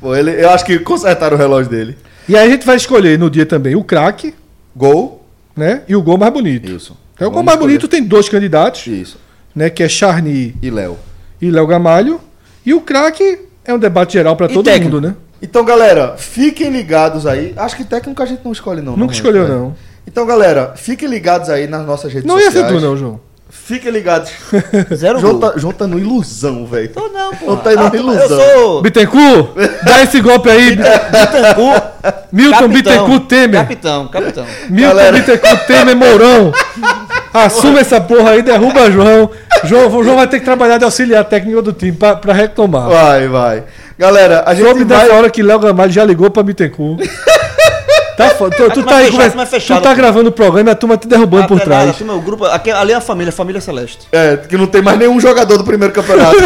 B: Pô, ele, eu acho que consertaram o relógio dele.
C: E aí a gente vai escolher no dia também o craque,
B: Gol.
C: né? E o gol mais bonito.
B: Isso.
C: Então, o gol
B: Vamos
C: mais
B: escolher.
C: bonito tem dois candidatos,
B: Isso.
C: né? Que é Charny
B: E Léo.
C: e Léo Gamalho. E o craque é um debate geral para
D: E
C: todo
D: técnico?
C: mundo, né?
B: Então, galera, fiquem ligados aí. Acho que técnico a gente não escolhe, não.
C: Nunca
B: né,
C: escolheu,
B: Fred?
C: não.
B: Então, galera, fiquem ligados aí nas nossas redes
C: Não ia
B: sociais.
C: ser tu, não, João.
B: Fiquem ligados.
D: Zero
B: João
D: gol.
B: tá, João tá no ilusão, velho.
D: Tô não, pô.
B: Não tá indo
D: Ah,
B: na ilusão.
D: Eu sou
C: Bittencourt, dá esse golpe aí.
D: Bittencourt.
C: Milton
D: capitão.
C: Bittencourt Temer.
D: Capitão, capitão.
C: Milton
B: Galera.
C: Bittencourt Temer Mourão. Assume essa porra aí, derruba João. João. João vai ter que trabalhar de auxiliar técnico do time pra, pra retomar.
B: Vai, vai. Galera, a gente
C: Soube
B: vai...
C: dessa hora que Léo Gamalho já ligou pra Bittencourt. Tá foda. Tu, tu
D: mas
C: tá aí,
D: fechado,
C: conversa-
D: mas fechado,
C: tu tá
D: pô.
C: gravando o programa e a turma te derrubando por
D: Ah,
C: trás.
D: Assim, meu grupo, aqui, ali é a família, a família Celeste.
B: É, que não tem mais nenhum jogador do primeiro campeonato.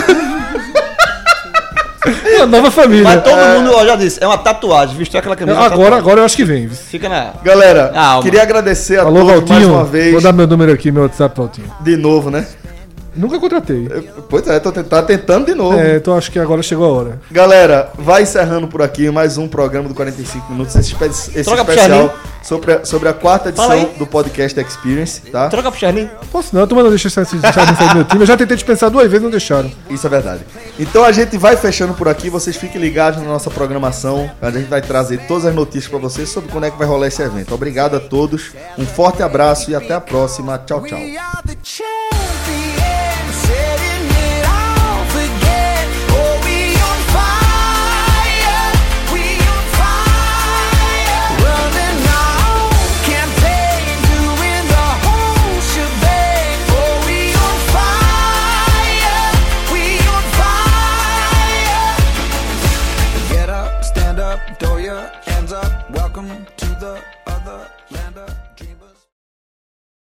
C: É uma nova família.
D: Mas todo mundo, ó, já disse, é uma tatuagem, vestiu aquela camisa.
B: tá
D: uma
C: Agora,
D: tatuagem.
C: agora eu acho que vem.
D: Fica na.
B: Galera,
D: Ah, alma.
B: queria agradecer a
C: Alô,
B: todos Tá mais
C: Valtinho.
B: uma vez.
C: Vou dar meu número aqui, meu WhatsApp, Valtinho.
B: De novo, né?
C: Nunca contratei.
B: Pois é, tô tent- tá tentando de novo.
C: É, então acho que agora chegou a hora.
B: Galera, vai encerrando por aqui mais um programa do 45 Minutos, esse, espe- esse
D: Troca pro
B: especial sobre a, sobre a quarta
D: Fala
B: edição
D: aí.
B: do podcast Experience, tá?
D: Troca pro Charlin.
C: Posso não, a turma não deixa sair sair do meu time. Eu já tentei dispensar duas vezes, não deixaram.
B: Isso é verdade. Então a gente vai fechando por aqui, vocês fiquem ligados na nossa programação. A gente vai trazer todas as notícias pra vocês sobre quando é que vai rolar esse evento. Obrigado a todos, um forte abraço e até a próxima. Tchau, tchau.
A: We are the champions, setting it off again. Oh, we on fire, we on fire. Running our own campaign, doing the whole shebang. Oh, we on fire, we on fire. Get up, stand up, throw your hands up. Welcome to the other land.